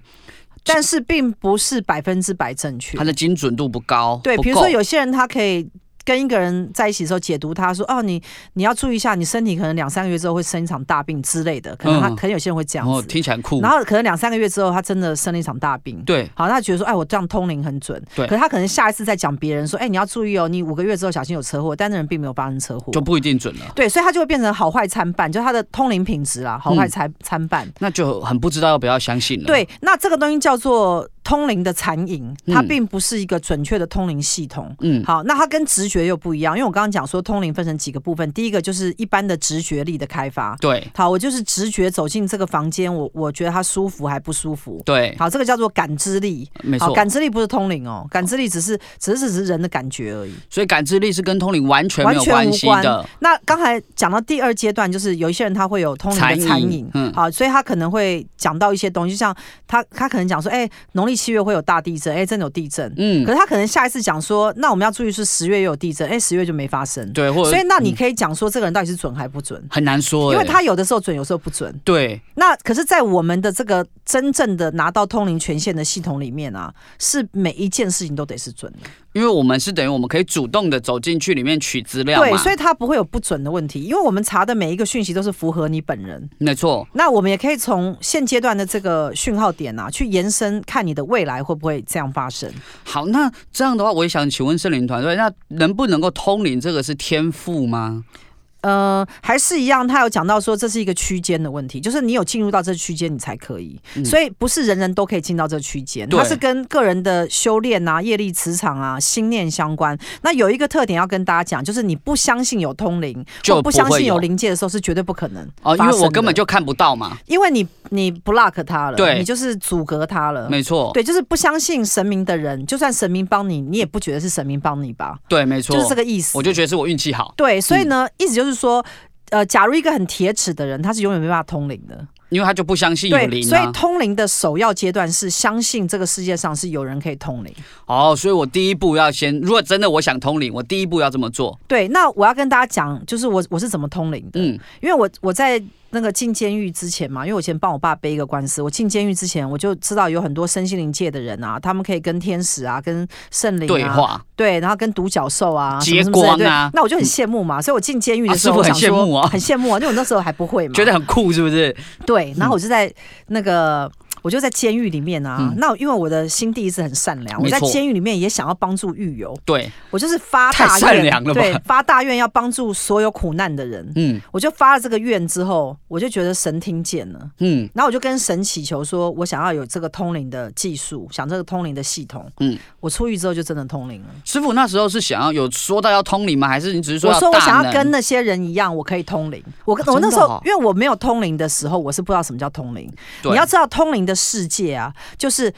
Speaker 1: 但是并不是百分之百正确
Speaker 2: 它。的精准度不高，
Speaker 1: 对，
Speaker 2: 不
Speaker 1: 比如说
Speaker 2: 够
Speaker 1: 有些人他可以。跟一个人在一起的时候，解读他说：“哦，你你要注意一下，你身体可能两三个月之后会生一场大病之类的。”可能他、
Speaker 2: 嗯
Speaker 1: 可能有些人会这样
Speaker 2: 哦，
Speaker 1: 子，
Speaker 2: 听起来很酷，
Speaker 1: 然后可能两三个月之后，他真的生了一场大病。
Speaker 2: 对，
Speaker 1: 好，那他觉得说，哎，我这样通灵很准。
Speaker 2: 对
Speaker 1: 可是他可能下一次再讲别人说，哎，你要注意哦，你五个月之后小心有车祸，但那人并没有发生车祸。
Speaker 2: 就不一定准了。
Speaker 1: 对，所以他就会变成好坏参半，就他的通灵品质啦，好
Speaker 2: 嗯
Speaker 1: 坏参参半。
Speaker 2: 那就很不知道要不要相信了。，
Speaker 1: 对，那这个东西叫做通灵的残影，它
Speaker 2: 嗯
Speaker 1: 并不是一个准确的通灵系统。
Speaker 2: 嗯，
Speaker 1: 好，那它跟直觉又不一样，因为我刚刚讲说通灵分成几个部分，第一个就是一般的直觉力的开发。
Speaker 2: 对
Speaker 1: 好，我就是直觉走进这个房间，我我觉得它舒服还不舒服。
Speaker 2: 对，
Speaker 1: 好，这个叫做感知力。
Speaker 2: 没
Speaker 1: 好，
Speaker 2: 错。
Speaker 1: 感知力不是通灵哦，感知力只是只是只是人的感觉而已。
Speaker 2: 所以感知力是跟通灵完全没有
Speaker 1: 完全
Speaker 2: 关
Speaker 1: 无
Speaker 2: 系
Speaker 1: 关
Speaker 2: 的。
Speaker 1: 那刚才讲到第二阶段，就是有一些人他会有通灵的残影，
Speaker 2: 嗯，
Speaker 1: 好，所以他可能会讲到一些东西，就像他他可能讲说，哎、农历七月会有大地震，哎、真的有地震。可
Speaker 2: 嗯，
Speaker 1: 是他可能下一次讲说，那我们要注意是十月也有地震，哎、十月就没发生。
Speaker 2: 对，或者
Speaker 1: 所以那你
Speaker 2: 嗯
Speaker 1: 可以讲说，这个人到底是准还不准？
Speaker 2: 很难说欸，
Speaker 1: 因为他有的时候准，有时候不准。
Speaker 2: 对
Speaker 1: 那可是，在我们的这个真正的拿到通灵权限的系统里面啊，是每一件事情都得是准的。
Speaker 2: 因为我们是等于我们可以主动的走进去里面取资料嘛，
Speaker 1: 对，所
Speaker 2: 以
Speaker 1: 以他不会有不准的问题，因为我们查的每一个讯息都是符合你本人。
Speaker 2: 没错，
Speaker 1: 那我们也可以从现阶段的这个讯号点啊，去延伸看你的未来会不会这样发生。
Speaker 2: 好，那这样的话，我也想请问圣灵团队，那能不能够通灵这个是天赋吗？
Speaker 1: 呃，还是一样，他有讲到说这是一个区间的问题，就是你有进入到这区间，你才可以。
Speaker 2: 嗯
Speaker 1: 所以不是人人都可以进到这区间，
Speaker 2: 对
Speaker 1: 它是跟个人的修炼啊、业力、磁场啊、心念相关。那有一个特点要跟大家讲，就是你不相信有通灵，
Speaker 2: 就
Speaker 1: 或不相
Speaker 2: 不会
Speaker 1: 信
Speaker 2: 有
Speaker 1: 有灵界的时候，是绝对不可能
Speaker 2: 哦，因为
Speaker 1: 发生
Speaker 2: 我
Speaker 1: 的
Speaker 2: 根本就看不到嘛，
Speaker 1: 因为你你 block 它了，
Speaker 2: 对
Speaker 1: 你就是阻隔它了。
Speaker 2: 没错，
Speaker 1: 嗯对，就是不相信神明的人，就算神明帮你，你也不觉得是神明帮你吧？
Speaker 2: 对，没错，
Speaker 1: 就是这个意思。
Speaker 2: 我就觉得是嗯我运气好，
Speaker 1: 对，所以呢，意思就是说。呃，假如一个很铁齿的人，他是永远没办法通灵的。
Speaker 2: 因为他就不相信有
Speaker 1: 对，
Speaker 2: 灵
Speaker 1: 所以
Speaker 2: 啊。
Speaker 1: 通灵的首要阶段是相信这个世界上是有人可以通灵。
Speaker 2: 哦，所以我第一步要先，如果真的我想通灵，我第一步要这么做。
Speaker 1: 对，那我要跟大家讲，就是我我是怎么通灵的，
Speaker 2: 嗯，
Speaker 1: 因为我我在那个进监狱之前嘛，因为我以前帮我爸背一个官司，我进监狱之前我就知道有很多身心灵界的人啊，他们可以跟天使啊、跟圣灵、啊、
Speaker 2: 对话，
Speaker 1: 对，然后跟独角兽啊、
Speaker 2: 结
Speaker 1: 什么什么之类
Speaker 2: 光啊
Speaker 1: 对那我就很羡慕嘛。所以我进监狱的时候，
Speaker 2: 啊
Speaker 1: 我
Speaker 2: 师
Speaker 1: 想
Speaker 2: 傅
Speaker 1: 说
Speaker 2: 很羡慕啊
Speaker 1: 很羡慕啊，因为我那时候还不会嘛。
Speaker 2: 觉得很酷，是不是？
Speaker 1: 对，然后我就在那个。我就在监狱里面啊，那因为我的心地一直很善良，
Speaker 2: 嗯没
Speaker 1: 我
Speaker 2: 错
Speaker 1: 在监狱里面也想要帮助狱友，
Speaker 2: 对，
Speaker 1: 我就是发大愿，
Speaker 2: 太善良了吧
Speaker 1: 对，发大愿要帮助所有苦难的人。
Speaker 2: 嗯
Speaker 1: 我就发了这个愿之后，我就觉得神听见了，
Speaker 2: 嗯，
Speaker 1: 然后我就跟神祈求说，我想要有这个通灵的技术，想这个通灵的系统。
Speaker 2: 嗯
Speaker 1: 嗯，我出狱之后就真的通灵了。
Speaker 2: 师傅那时候是想要有说到要通灵吗？还是你只是说
Speaker 1: 我
Speaker 2: 要
Speaker 1: 说我想
Speaker 2: 大
Speaker 1: 要
Speaker 2: 能
Speaker 1: 跟那些人一样，我可以通灵。我跟
Speaker 2: 哦
Speaker 1: 我那
Speaker 2: 真的
Speaker 1: 时候，
Speaker 2: 哦
Speaker 1: 因为我没有通灵的时候，我是不知道什么叫通灵。
Speaker 2: 对
Speaker 1: 你要知道，通灵的世界啊，就是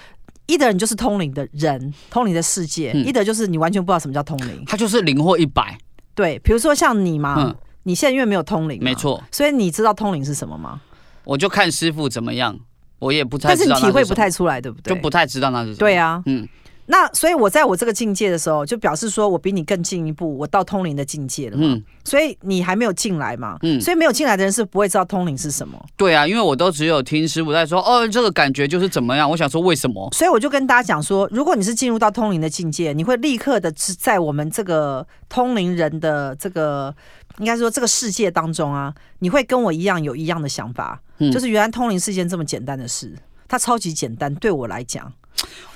Speaker 1: 一的人就是通灵的人，通灵的世界；
Speaker 2: 嗯
Speaker 1: 一的就是你完全不知道什么叫通灵。
Speaker 2: 他就是零或一百，
Speaker 1: 对，比如说像你嘛，
Speaker 2: 嗯，
Speaker 1: 你现在因为没有通灵，
Speaker 2: 没，错，
Speaker 1: 所以你知道通灵是什么吗？
Speaker 2: 我就看师傅怎么样，我也不太
Speaker 1: 但
Speaker 2: 知
Speaker 1: 是你
Speaker 2: 道那
Speaker 1: 体会
Speaker 2: 什
Speaker 1: 不
Speaker 2: 么
Speaker 1: 太出来，对不对？
Speaker 2: 就不太知道那是什么。
Speaker 1: 对啊，
Speaker 2: 嗯
Speaker 1: 嗯。那所以我在我这个境界的时候，就表示说我比你更进一步，我到通灵的境界了嘛。
Speaker 2: 嗯，
Speaker 1: 所以你还没有进来嘛，
Speaker 2: 嗯
Speaker 1: 所以没有进来的人是不会知道通灵是什么。
Speaker 2: 对啊，因为我都只有听师傅在说，哦，这个感觉就是怎么样。我想说为什么？
Speaker 1: 所以我就跟大家讲说，如果你是进入到通灵的境界，你会立刻的是在我们这个通灵人的这个，应该说这个世界当中啊，你会跟我一样有一样的想法，
Speaker 2: 嗯
Speaker 1: 就是原来通灵是一件这么简单的事，它超级简单，对我来讲，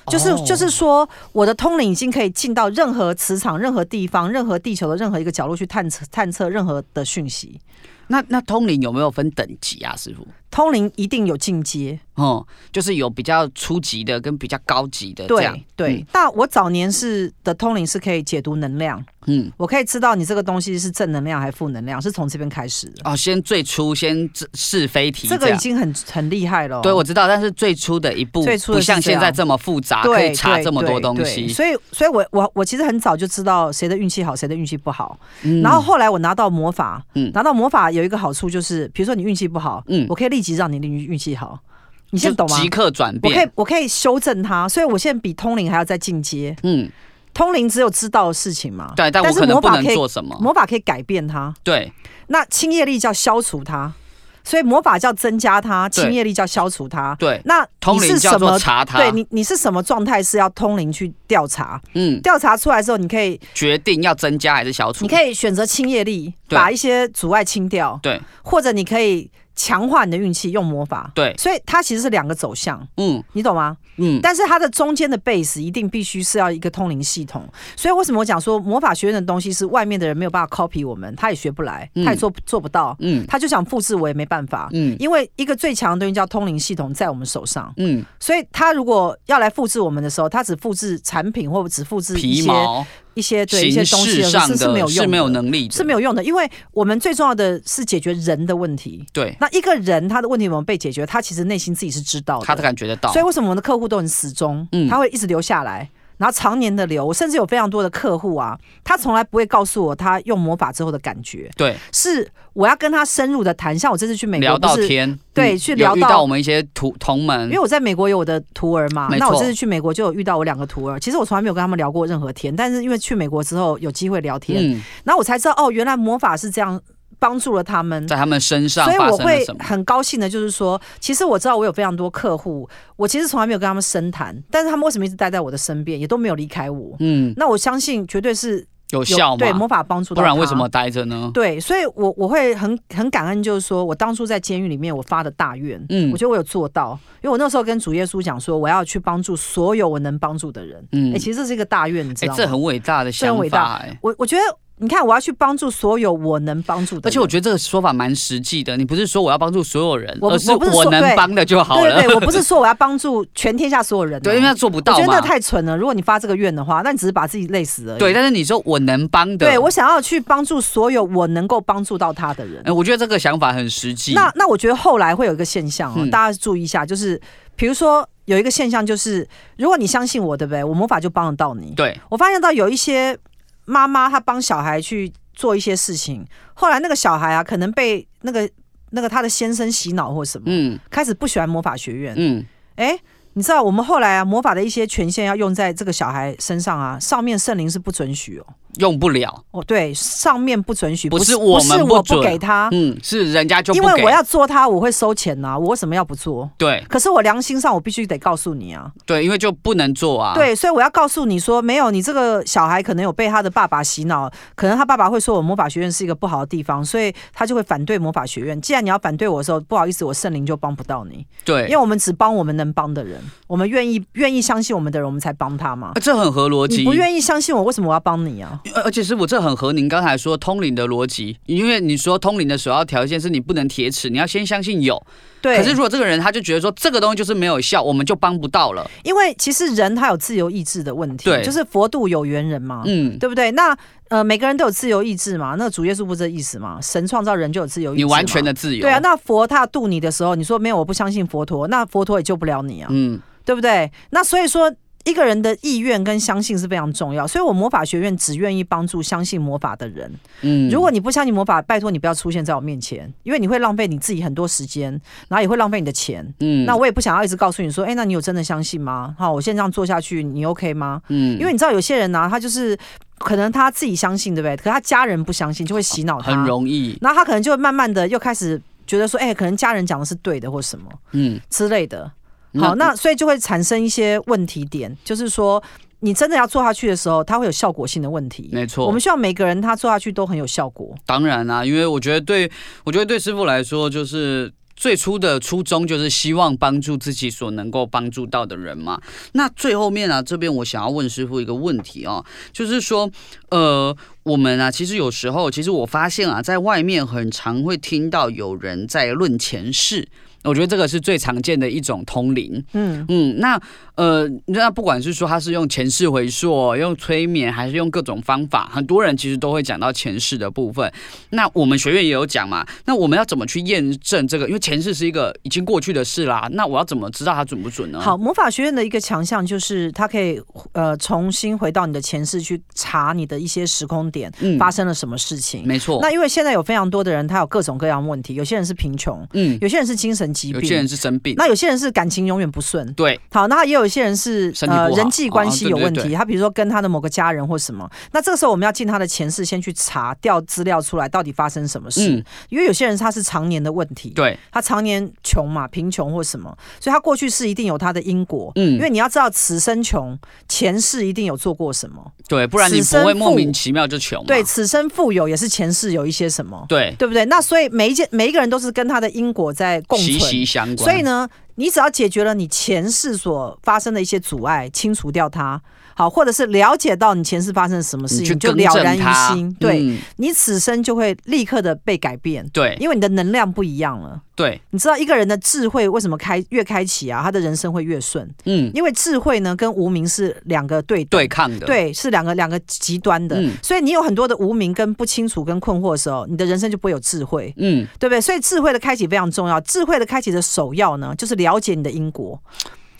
Speaker 1: 就是、
Speaker 2: 哦
Speaker 1: 就是说，我的通灵已经可以进到任何磁场、任何地方、任何地球的任何一个角落去探测探测任何的讯息。
Speaker 2: 那那通灵有没有分等级啊，师傅？
Speaker 1: 通灵一定有进阶，
Speaker 2: 哦、就是有比较初级的跟比较高级呃的这样嗯
Speaker 1: 对。对。那、我早年是的通灵是可以解读能量，
Speaker 2: 嗯，嗯
Speaker 1: 我可以知道你这个东西是正能量还是负能量，是从这边开始的。
Speaker 2: 哦，先最初先是是非题
Speaker 1: 这
Speaker 2: 样
Speaker 1: 个已经很很厉害了哦。
Speaker 2: 对，我知道，但是最初的一步
Speaker 1: 最初的
Speaker 2: 不
Speaker 1: 是
Speaker 2: 像
Speaker 1: 这
Speaker 2: 现在
Speaker 1: 样
Speaker 2: 这么复杂，可
Speaker 1: 对，
Speaker 2: 以查
Speaker 1: 对
Speaker 2: 这么多
Speaker 1: 对
Speaker 2: 东
Speaker 1: 对
Speaker 2: 西。
Speaker 1: 所以，所以我我我其实很早就知道谁的运气好，谁的运气不好。
Speaker 2: 嗯
Speaker 1: 然后后来我拿到魔法，
Speaker 2: 嗯
Speaker 1: 拿到魔法有一个好处就是，比如说你运气不好，
Speaker 2: 嗯
Speaker 1: 我可以立即让你的运运气好，你
Speaker 2: 你
Speaker 1: 现在懂吗？
Speaker 2: 即刻转
Speaker 1: 我可以
Speaker 2: 变。
Speaker 1: 我可以修正它，所以我现在比通灵还要再进阶。
Speaker 2: 嗯，
Speaker 1: 通灵只有知道的事情嘛，
Speaker 2: 对，但我
Speaker 1: 但是
Speaker 2: 可能
Speaker 1: 魔
Speaker 2: 不
Speaker 1: 法
Speaker 2: 能
Speaker 1: 可以
Speaker 2: 做什么。
Speaker 1: 魔法可以改变它，
Speaker 2: 对，
Speaker 1: 那清业力叫消除它，所以魔法叫增加它，
Speaker 2: 对
Speaker 1: 清业力叫消除它。
Speaker 2: 对，
Speaker 1: 那
Speaker 2: 通
Speaker 1: 你
Speaker 2: 灵
Speaker 1: 是
Speaker 2: 叫
Speaker 1: 什
Speaker 2: 做
Speaker 1: 么？
Speaker 2: 查它，
Speaker 1: 对你，你是什么状态是要通灵去调查？
Speaker 2: 嗯，
Speaker 1: 调查出来之后，你可以
Speaker 2: 决定要增加还是消除。
Speaker 1: 你可以选择清业力，
Speaker 2: 对
Speaker 1: 把一些阻碍清掉，
Speaker 2: 对
Speaker 1: 或者你可以强化你的运气，用魔法。
Speaker 2: 对，
Speaker 1: 所以它其实是两个走向，
Speaker 2: 嗯
Speaker 1: 你懂吗？
Speaker 2: 嗯，
Speaker 1: 但是它的中间的 base 一定必须是要一个通灵系统。所以为什么我讲说魔法学院的东西是外面的人没有办法 copy 我们，他也学不来，
Speaker 2: 嗯
Speaker 1: 他也做做不到，
Speaker 2: 嗯
Speaker 1: 他就想复制我也没办法。
Speaker 2: 嗯
Speaker 1: 因为一个最强的东西叫通灵系统在我们手上，
Speaker 2: 嗯，
Speaker 1: 所以他如果要来复制我们的时候，他只复制产品或者只复制一
Speaker 2: 皮
Speaker 1: 些
Speaker 2: 毛
Speaker 1: 一些对一些
Speaker 2: 形
Speaker 1: 东西
Speaker 2: 式
Speaker 1: 的时
Speaker 2: 上
Speaker 1: 候是是没有
Speaker 2: 的
Speaker 1: 用的
Speaker 2: 是没有能力的，
Speaker 1: 是没有用的，因为我们最重要的是解决人的问题。
Speaker 2: 对，
Speaker 1: 那一个人他的问题有没有被解决，他其实内心自己是知道的，
Speaker 2: 他感觉得到
Speaker 1: 所。以为什么我们的客户都很死忠？
Speaker 2: 嗯
Speaker 1: 他会一直留下来，然后常年的留。我甚至有非常多的客户啊，他从来不会告诉我他用魔法之后的感觉，
Speaker 2: 对，
Speaker 1: 是我要跟他深入的谈。像我这次去美
Speaker 2: 聊
Speaker 1: 国，
Speaker 2: 到
Speaker 1: 不是。
Speaker 2: 天，
Speaker 1: 对
Speaker 2: 嗯
Speaker 1: 去
Speaker 2: 有
Speaker 1: 聊
Speaker 2: 遇
Speaker 1: 到
Speaker 2: 到我们一些同同门
Speaker 1: 因为，我在美国有我的徒儿嘛
Speaker 2: 没，
Speaker 1: 那我
Speaker 2: 错
Speaker 1: 这次去美国就有遇到我两个徒儿。其实我从来没有跟他们聊过任何天，但是因为去美国之后有机会聊天，
Speaker 2: 嗯，
Speaker 1: 然后我才知道哦，原来魔法是这样帮助了他们。
Speaker 2: 在他们身上
Speaker 1: 所以
Speaker 2: 发
Speaker 1: 我
Speaker 2: 生了
Speaker 1: 会
Speaker 2: 什么？
Speaker 1: 很高兴的，就是说，其实我知道我有非常多客户，我其实从来没有跟他们深谈，但是他们为什么一直待在我的身边，也都没有离开我？
Speaker 2: 嗯，
Speaker 1: 那我相信绝对是
Speaker 2: 有
Speaker 1: 有
Speaker 2: 效
Speaker 1: 对
Speaker 2: 吗
Speaker 1: 魔？法帮助
Speaker 2: 不
Speaker 1: 到他，
Speaker 2: 然为什么？待着呢？
Speaker 1: 对，所以我我会很很感恩，就是说我当初在监狱里面我发的大愿，
Speaker 2: 嗯
Speaker 1: 我觉得我有做到，因为我那时候跟主耶稣讲说，我要去帮助所有我能帮助的人。
Speaker 2: 嗯
Speaker 1: 哎、，其实这是一个大愿，你知
Speaker 2: 哎
Speaker 1: 道，吗？
Speaker 2: 这很伟大的
Speaker 1: 这很
Speaker 2: 想
Speaker 1: 伟
Speaker 2: 法
Speaker 1: 大
Speaker 2: 哎。
Speaker 1: 我我觉得，你看，我要去帮助所有我能帮助的人，
Speaker 2: 而且我觉得这个说法蛮实际的，你不是说我要帮助所有人，
Speaker 1: 我不
Speaker 2: 而是
Speaker 1: 我不是说
Speaker 2: 我能
Speaker 1: 对
Speaker 2: 帮的就好了。
Speaker 1: 对对对，我不是说我要帮助全天下所有人、 哦
Speaker 2: 对，因为他做不
Speaker 1: 我
Speaker 2: 到
Speaker 1: 觉得
Speaker 2: 嘛
Speaker 1: 那。太蠢了。如果你发这个愿的话，那你只是把自己累死而已。
Speaker 2: 对，但是你说我能帮的，
Speaker 1: 对我想要去帮助所有我能够帮助到他的人。
Speaker 2: 哎，我觉得这个想法很实际。
Speaker 1: 那那我觉得后来会有一个现象哦，
Speaker 2: 嗯
Speaker 1: 大家注意一下，就是比如说有一个现象就是，如果你相信我，对不对？我魔法就帮得到你。
Speaker 2: 对，
Speaker 1: 我发现到有一些妈妈她帮小孩去做一些事情，后来那个小孩啊，可能被那个那个他的先生洗脑或什么，
Speaker 2: 嗯
Speaker 1: 开始不喜欢魔法学院。
Speaker 2: 嗯，
Speaker 1: 哎，你知道我们后来啊，魔法的一些权限要用在这个小孩身上啊，上面圣灵是不准许哦。
Speaker 2: 用不了，
Speaker 1: 哦，对，上面不准许，
Speaker 2: 不是
Speaker 1: 不
Speaker 2: 我
Speaker 1: 是
Speaker 2: 们不
Speaker 1: 我不
Speaker 2: 准
Speaker 1: 给他，
Speaker 2: 嗯，是人家就
Speaker 1: 啊因
Speaker 2: 不
Speaker 1: 为
Speaker 2: 给
Speaker 1: 我。要做他，我会收钱呐、我为什么要不做？
Speaker 2: 对
Speaker 1: 可是我良心上，我必须得告诉你啊，
Speaker 2: 对，因为就不能做啊。，
Speaker 1: 对，所以我要告诉你说，没有，你这个小孩可能有被他的爸爸洗脑，可能他爸爸会说我魔法学院是一个不好的地方，所以他就会反对魔法学院。既然你要反对我的时候，不好意思，我圣灵就帮不到你，
Speaker 2: 对，
Speaker 1: 因为我们只帮我们能帮的人，我们愿意愿意相信我们的人，我们才帮他嘛
Speaker 2: 啊。这很合逻
Speaker 1: 你
Speaker 2: 辑
Speaker 1: 不。愿意相信我，为什么我要帮你啊？
Speaker 2: 而而且师傅，这很合您刚才说通灵的逻辑，因为你说通灵的首要条件是你不能铁齿，你要先相信有。
Speaker 1: 对，
Speaker 2: 可是如果这个人他就觉得说这个东西就是没有效，我们就帮不到了。
Speaker 1: 因为其实人他有自由意志的问题，
Speaker 2: 对
Speaker 1: 就是佛度有缘人嘛，
Speaker 2: 嗯，
Speaker 1: 啊对不对？那呃，每个人都有自由意志嘛，那主耶稣不是这意思嘛？神创造人就有自由意志，
Speaker 2: 你完全。的自由。
Speaker 1: 对啊，那佛他度你的时候，你说没有，我不相信佛陀，那佛陀也救不了你啊，
Speaker 2: 嗯，
Speaker 1: 对不对？那所以说，一个人的意愿跟相信是非常重要。所以我魔法学院只愿意帮助相信魔法的人，
Speaker 2: 嗯
Speaker 1: 如果你不相信魔法，拜托你不要出现在我面前，因为你会浪费你自己很多时间，然后也会浪费你的钱。
Speaker 2: 嗯
Speaker 1: 那我也不想要一直告诉你说，哎、那你有真的相信吗？好，我现在这样做下去，你 OK 吗？
Speaker 2: 嗯
Speaker 1: 因为你知道有些人呢、啊他就是可能他自己相信，对不对？可他家人不相信，就会洗脑他，
Speaker 2: 很容易，
Speaker 1: 然后他可能就会慢慢的又开始觉得说，哎、可能家人讲的是对的，或什么
Speaker 2: 嗯，
Speaker 1: 之类的。好，那所以就会产生一些问题点，就是说你真的要做下去的时候，它会有效果性的问题。
Speaker 2: 没错，
Speaker 1: 我们希望每个人他做下去都很有效果。
Speaker 2: 啊当然啦、因为我觉得对，我觉得对师傅来说，就是最初的初衷就是希望帮助自己所能够帮助到的人嘛。那最后面啊，这边我想要问师傅一个问题哦，就是说，呃，我们啊，其实有时候，其实我发现啊，在外面很常会听到有人在论前世，我觉得这个是最常见的一种通灵。
Speaker 1: 嗯，
Speaker 2: 嗯，那呃，那不管是说他是用前世回溯、用催眠，还是用各种方法，很多人其实都会讲到前世的部分。那我们学院也有讲嘛，那我们要怎么去验证这个？因为前世是一个已经过去的事啦，那我要怎么知道它准不准呢？
Speaker 1: 好，，魔法学院的一个强项就是它可以呃重新回到你的前世去查你的一些时空点
Speaker 2: 嗯
Speaker 1: 发生了什么事情。
Speaker 2: 没错，
Speaker 1: 那因为现在有非常多的人，他有各种各样的问题，有些人是贫穷，
Speaker 2: 嗯，
Speaker 1: 有些人是精神疾
Speaker 2: 有
Speaker 1: 病，
Speaker 2: 些人是生病，
Speaker 1: 那有些人是感情永远不顺。
Speaker 2: 对，
Speaker 1: 好，那也有一些人是呃
Speaker 2: 身体不好
Speaker 1: 人际关系有问题，
Speaker 2: 哦对对
Speaker 1: 他比如说跟他的某个家人或什么，那这个时候我们要进他的前世，先去查调资料出来，到底发生什么事？
Speaker 2: 嗯，
Speaker 1: 因为有些人他是常年的问题，
Speaker 2: 对，
Speaker 1: 他常年穷嘛，贫穷或什么，所以他过去是一定有他的因果。
Speaker 2: 嗯
Speaker 1: 因为你要知道，此生穷，前世一定有做过什么；
Speaker 2: 对，不然你
Speaker 1: 此生
Speaker 2: 不会莫
Speaker 1: 负
Speaker 2: 名其妙就穷嘛。
Speaker 1: 对，此生富有也是前世有一些什么，
Speaker 2: 对，
Speaker 1: 对不对？那所以每一件每一个人都是跟他的因果在共存，
Speaker 2: 息息相关。
Speaker 1: 所以呢，你只要解决了你前世所发生的一些阻碍，清除掉它，好，或者是了解到你前世发生了什么事
Speaker 2: 你
Speaker 1: 情，
Speaker 2: 去
Speaker 1: 你就
Speaker 2: 更
Speaker 1: 了然
Speaker 2: 正它
Speaker 1: 于心。，对、
Speaker 2: 嗯
Speaker 1: 你此生就会立刻的被改变，
Speaker 2: 对
Speaker 1: 因为你的能量不一样了。
Speaker 2: 对，
Speaker 1: 你知道一个人的智慧为什么开越开启啊，他的人生会越顺？
Speaker 2: 嗯，
Speaker 1: 因为智慧呢跟无名是两个对等
Speaker 2: 对抗的，，
Speaker 1: 对，是两个两个极端的。
Speaker 2: 嗯
Speaker 1: 所以你有很多的无名跟不清楚跟困惑的时候，你的人生就不会有智慧。
Speaker 2: 嗯。
Speaker 1: 对不对？所以智慧的开启非常重要。智慧的开启的首要呢，就是了解你的因果。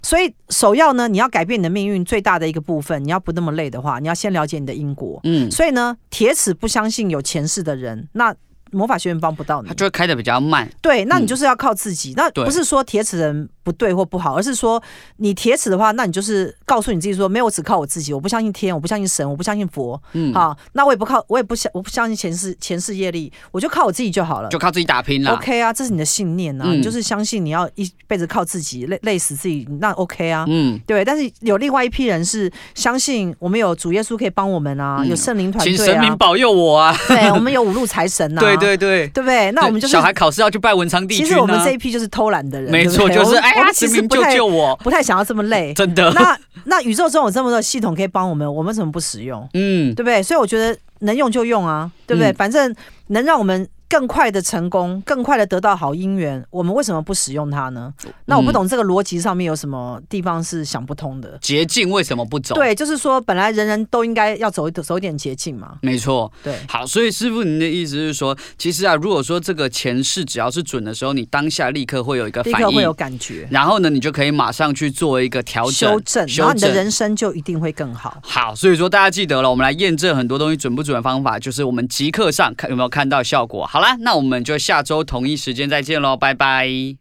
Speaker 1: 所以首要呢，你要改变你的命运最大的一个部分，你要不那么累的话，你要先了解你的因果。
Speaker 2: 嗯，
Speaker 1: 所以呢，铁齿不相信有前世的人，那魔法学院帮不到你
Speaker 2: 它。就会开的比较慢。
Speaker 1: 对，那你
Speaker 2: 嗯
Speaker 1: 就是要靠自己。那
Speaker 2: 对
Speaker 1: 不是说铁齿人不对或不好，而是说你铁齿的话，那你就是告诉你自己说，没有，我只靠我自己，我不相信天，我不相信神，我不相信佛。
Speaker 2: 嗯，
Speaker 1: 好，那我也不靠，我也不相，我不相信前世前世业力，我就靠我自己就好了。
Speaker 2: 就靠自己打拼啦。
Speaker 1: OK 啊，这是你的信念啊，
Speaker 2: 嗯
Speaker 1: 你就是相信你要一辈子靠自己，累累死自己，那 OK 啊。
Speaker 2: 嗯，
Speaker 1: 对，但是有另外一批人是相信我们有主耶稣可以帮我们啊，
Speaker 2: 嗯
Speaker 1: 有圣灵团
Speaker 2: 请
Speaker 1: 队
Speaker 2: 神明
Speaker 1: 啊，
Speaker 2: 保佑我啊！
Speaker 1: 对我们有五路财神啊，
Speaker 2: 对对对，
Speaker 1: 对不对？那我们就是
Speaker 2: 小，孩考试要去拜文昌帝君、
Speaker 1: 其
Speaker 2: 啊。
Speaker 1: 实我们这一批就是偷懒的人，
Speaker 2: 没
Speaker 1: 对不
Speaker 2: 错，
Speaker 1: 对
Speaker 2: 就是
Speaker 1: 我们
Speaker 2: 哎
Speaker 1: 我
Speaker 2: 呀，
Speaker 1: 们其
Speaker 2: 神
Speaker 1: 实
Speaker 2: 明
Speaker 1: 不
Speaker 2: 救
Speaker 1: 太
Speaker 2: 救我，。
Speaker 1: 不太想要这么累
Speaker 2: 真的。
Speaker 1: 那那宇宙中有这么多系统可以帮我们，我们怎么不使用？
Speaker 2: 嗯，
Speaker 1: 对不对？所以我觉得能用就用啊，对不对？
Speaker 2: 嗯
Speaker 1: 反正能让我们更快的成功，更快的得到好姻缘，我们为什么不使用它呢？那我不懂这个逻辑上面有什么地方是想不通的。
Speaker 2: 捷径为什么不走？，
Speaker 1: 对，就是说本来人人都应该要走一走一点捷径嘛。
Speaker 2: 没错。
Speaker 1: 对，
Speaker 2: 好，所以师傅您的意思是说，其实啊，如果说这个前世只要是准的时候，你当下立刻会有一个
Speaker 1: 立
Speaker 2: 反
Speaker 1: 刻会有
Speaker 2: 应，
Speaker 1: 感觉，
Speaker 2: 然后呢，你就可以马上去做一个调整、
Speaker 1: 修正，
Speaker 2: 修
Speaker 1: 然后你的
Speaker 2: 正
Speaker 1: 人生就一定会更好。
Speaker 2: 好，所以说大家记得了，我们来验证很多东西准不准的方法，就是我们即刻上看有没有看到效果。好啦，那我们就下周同一时间再见喽，拜拜。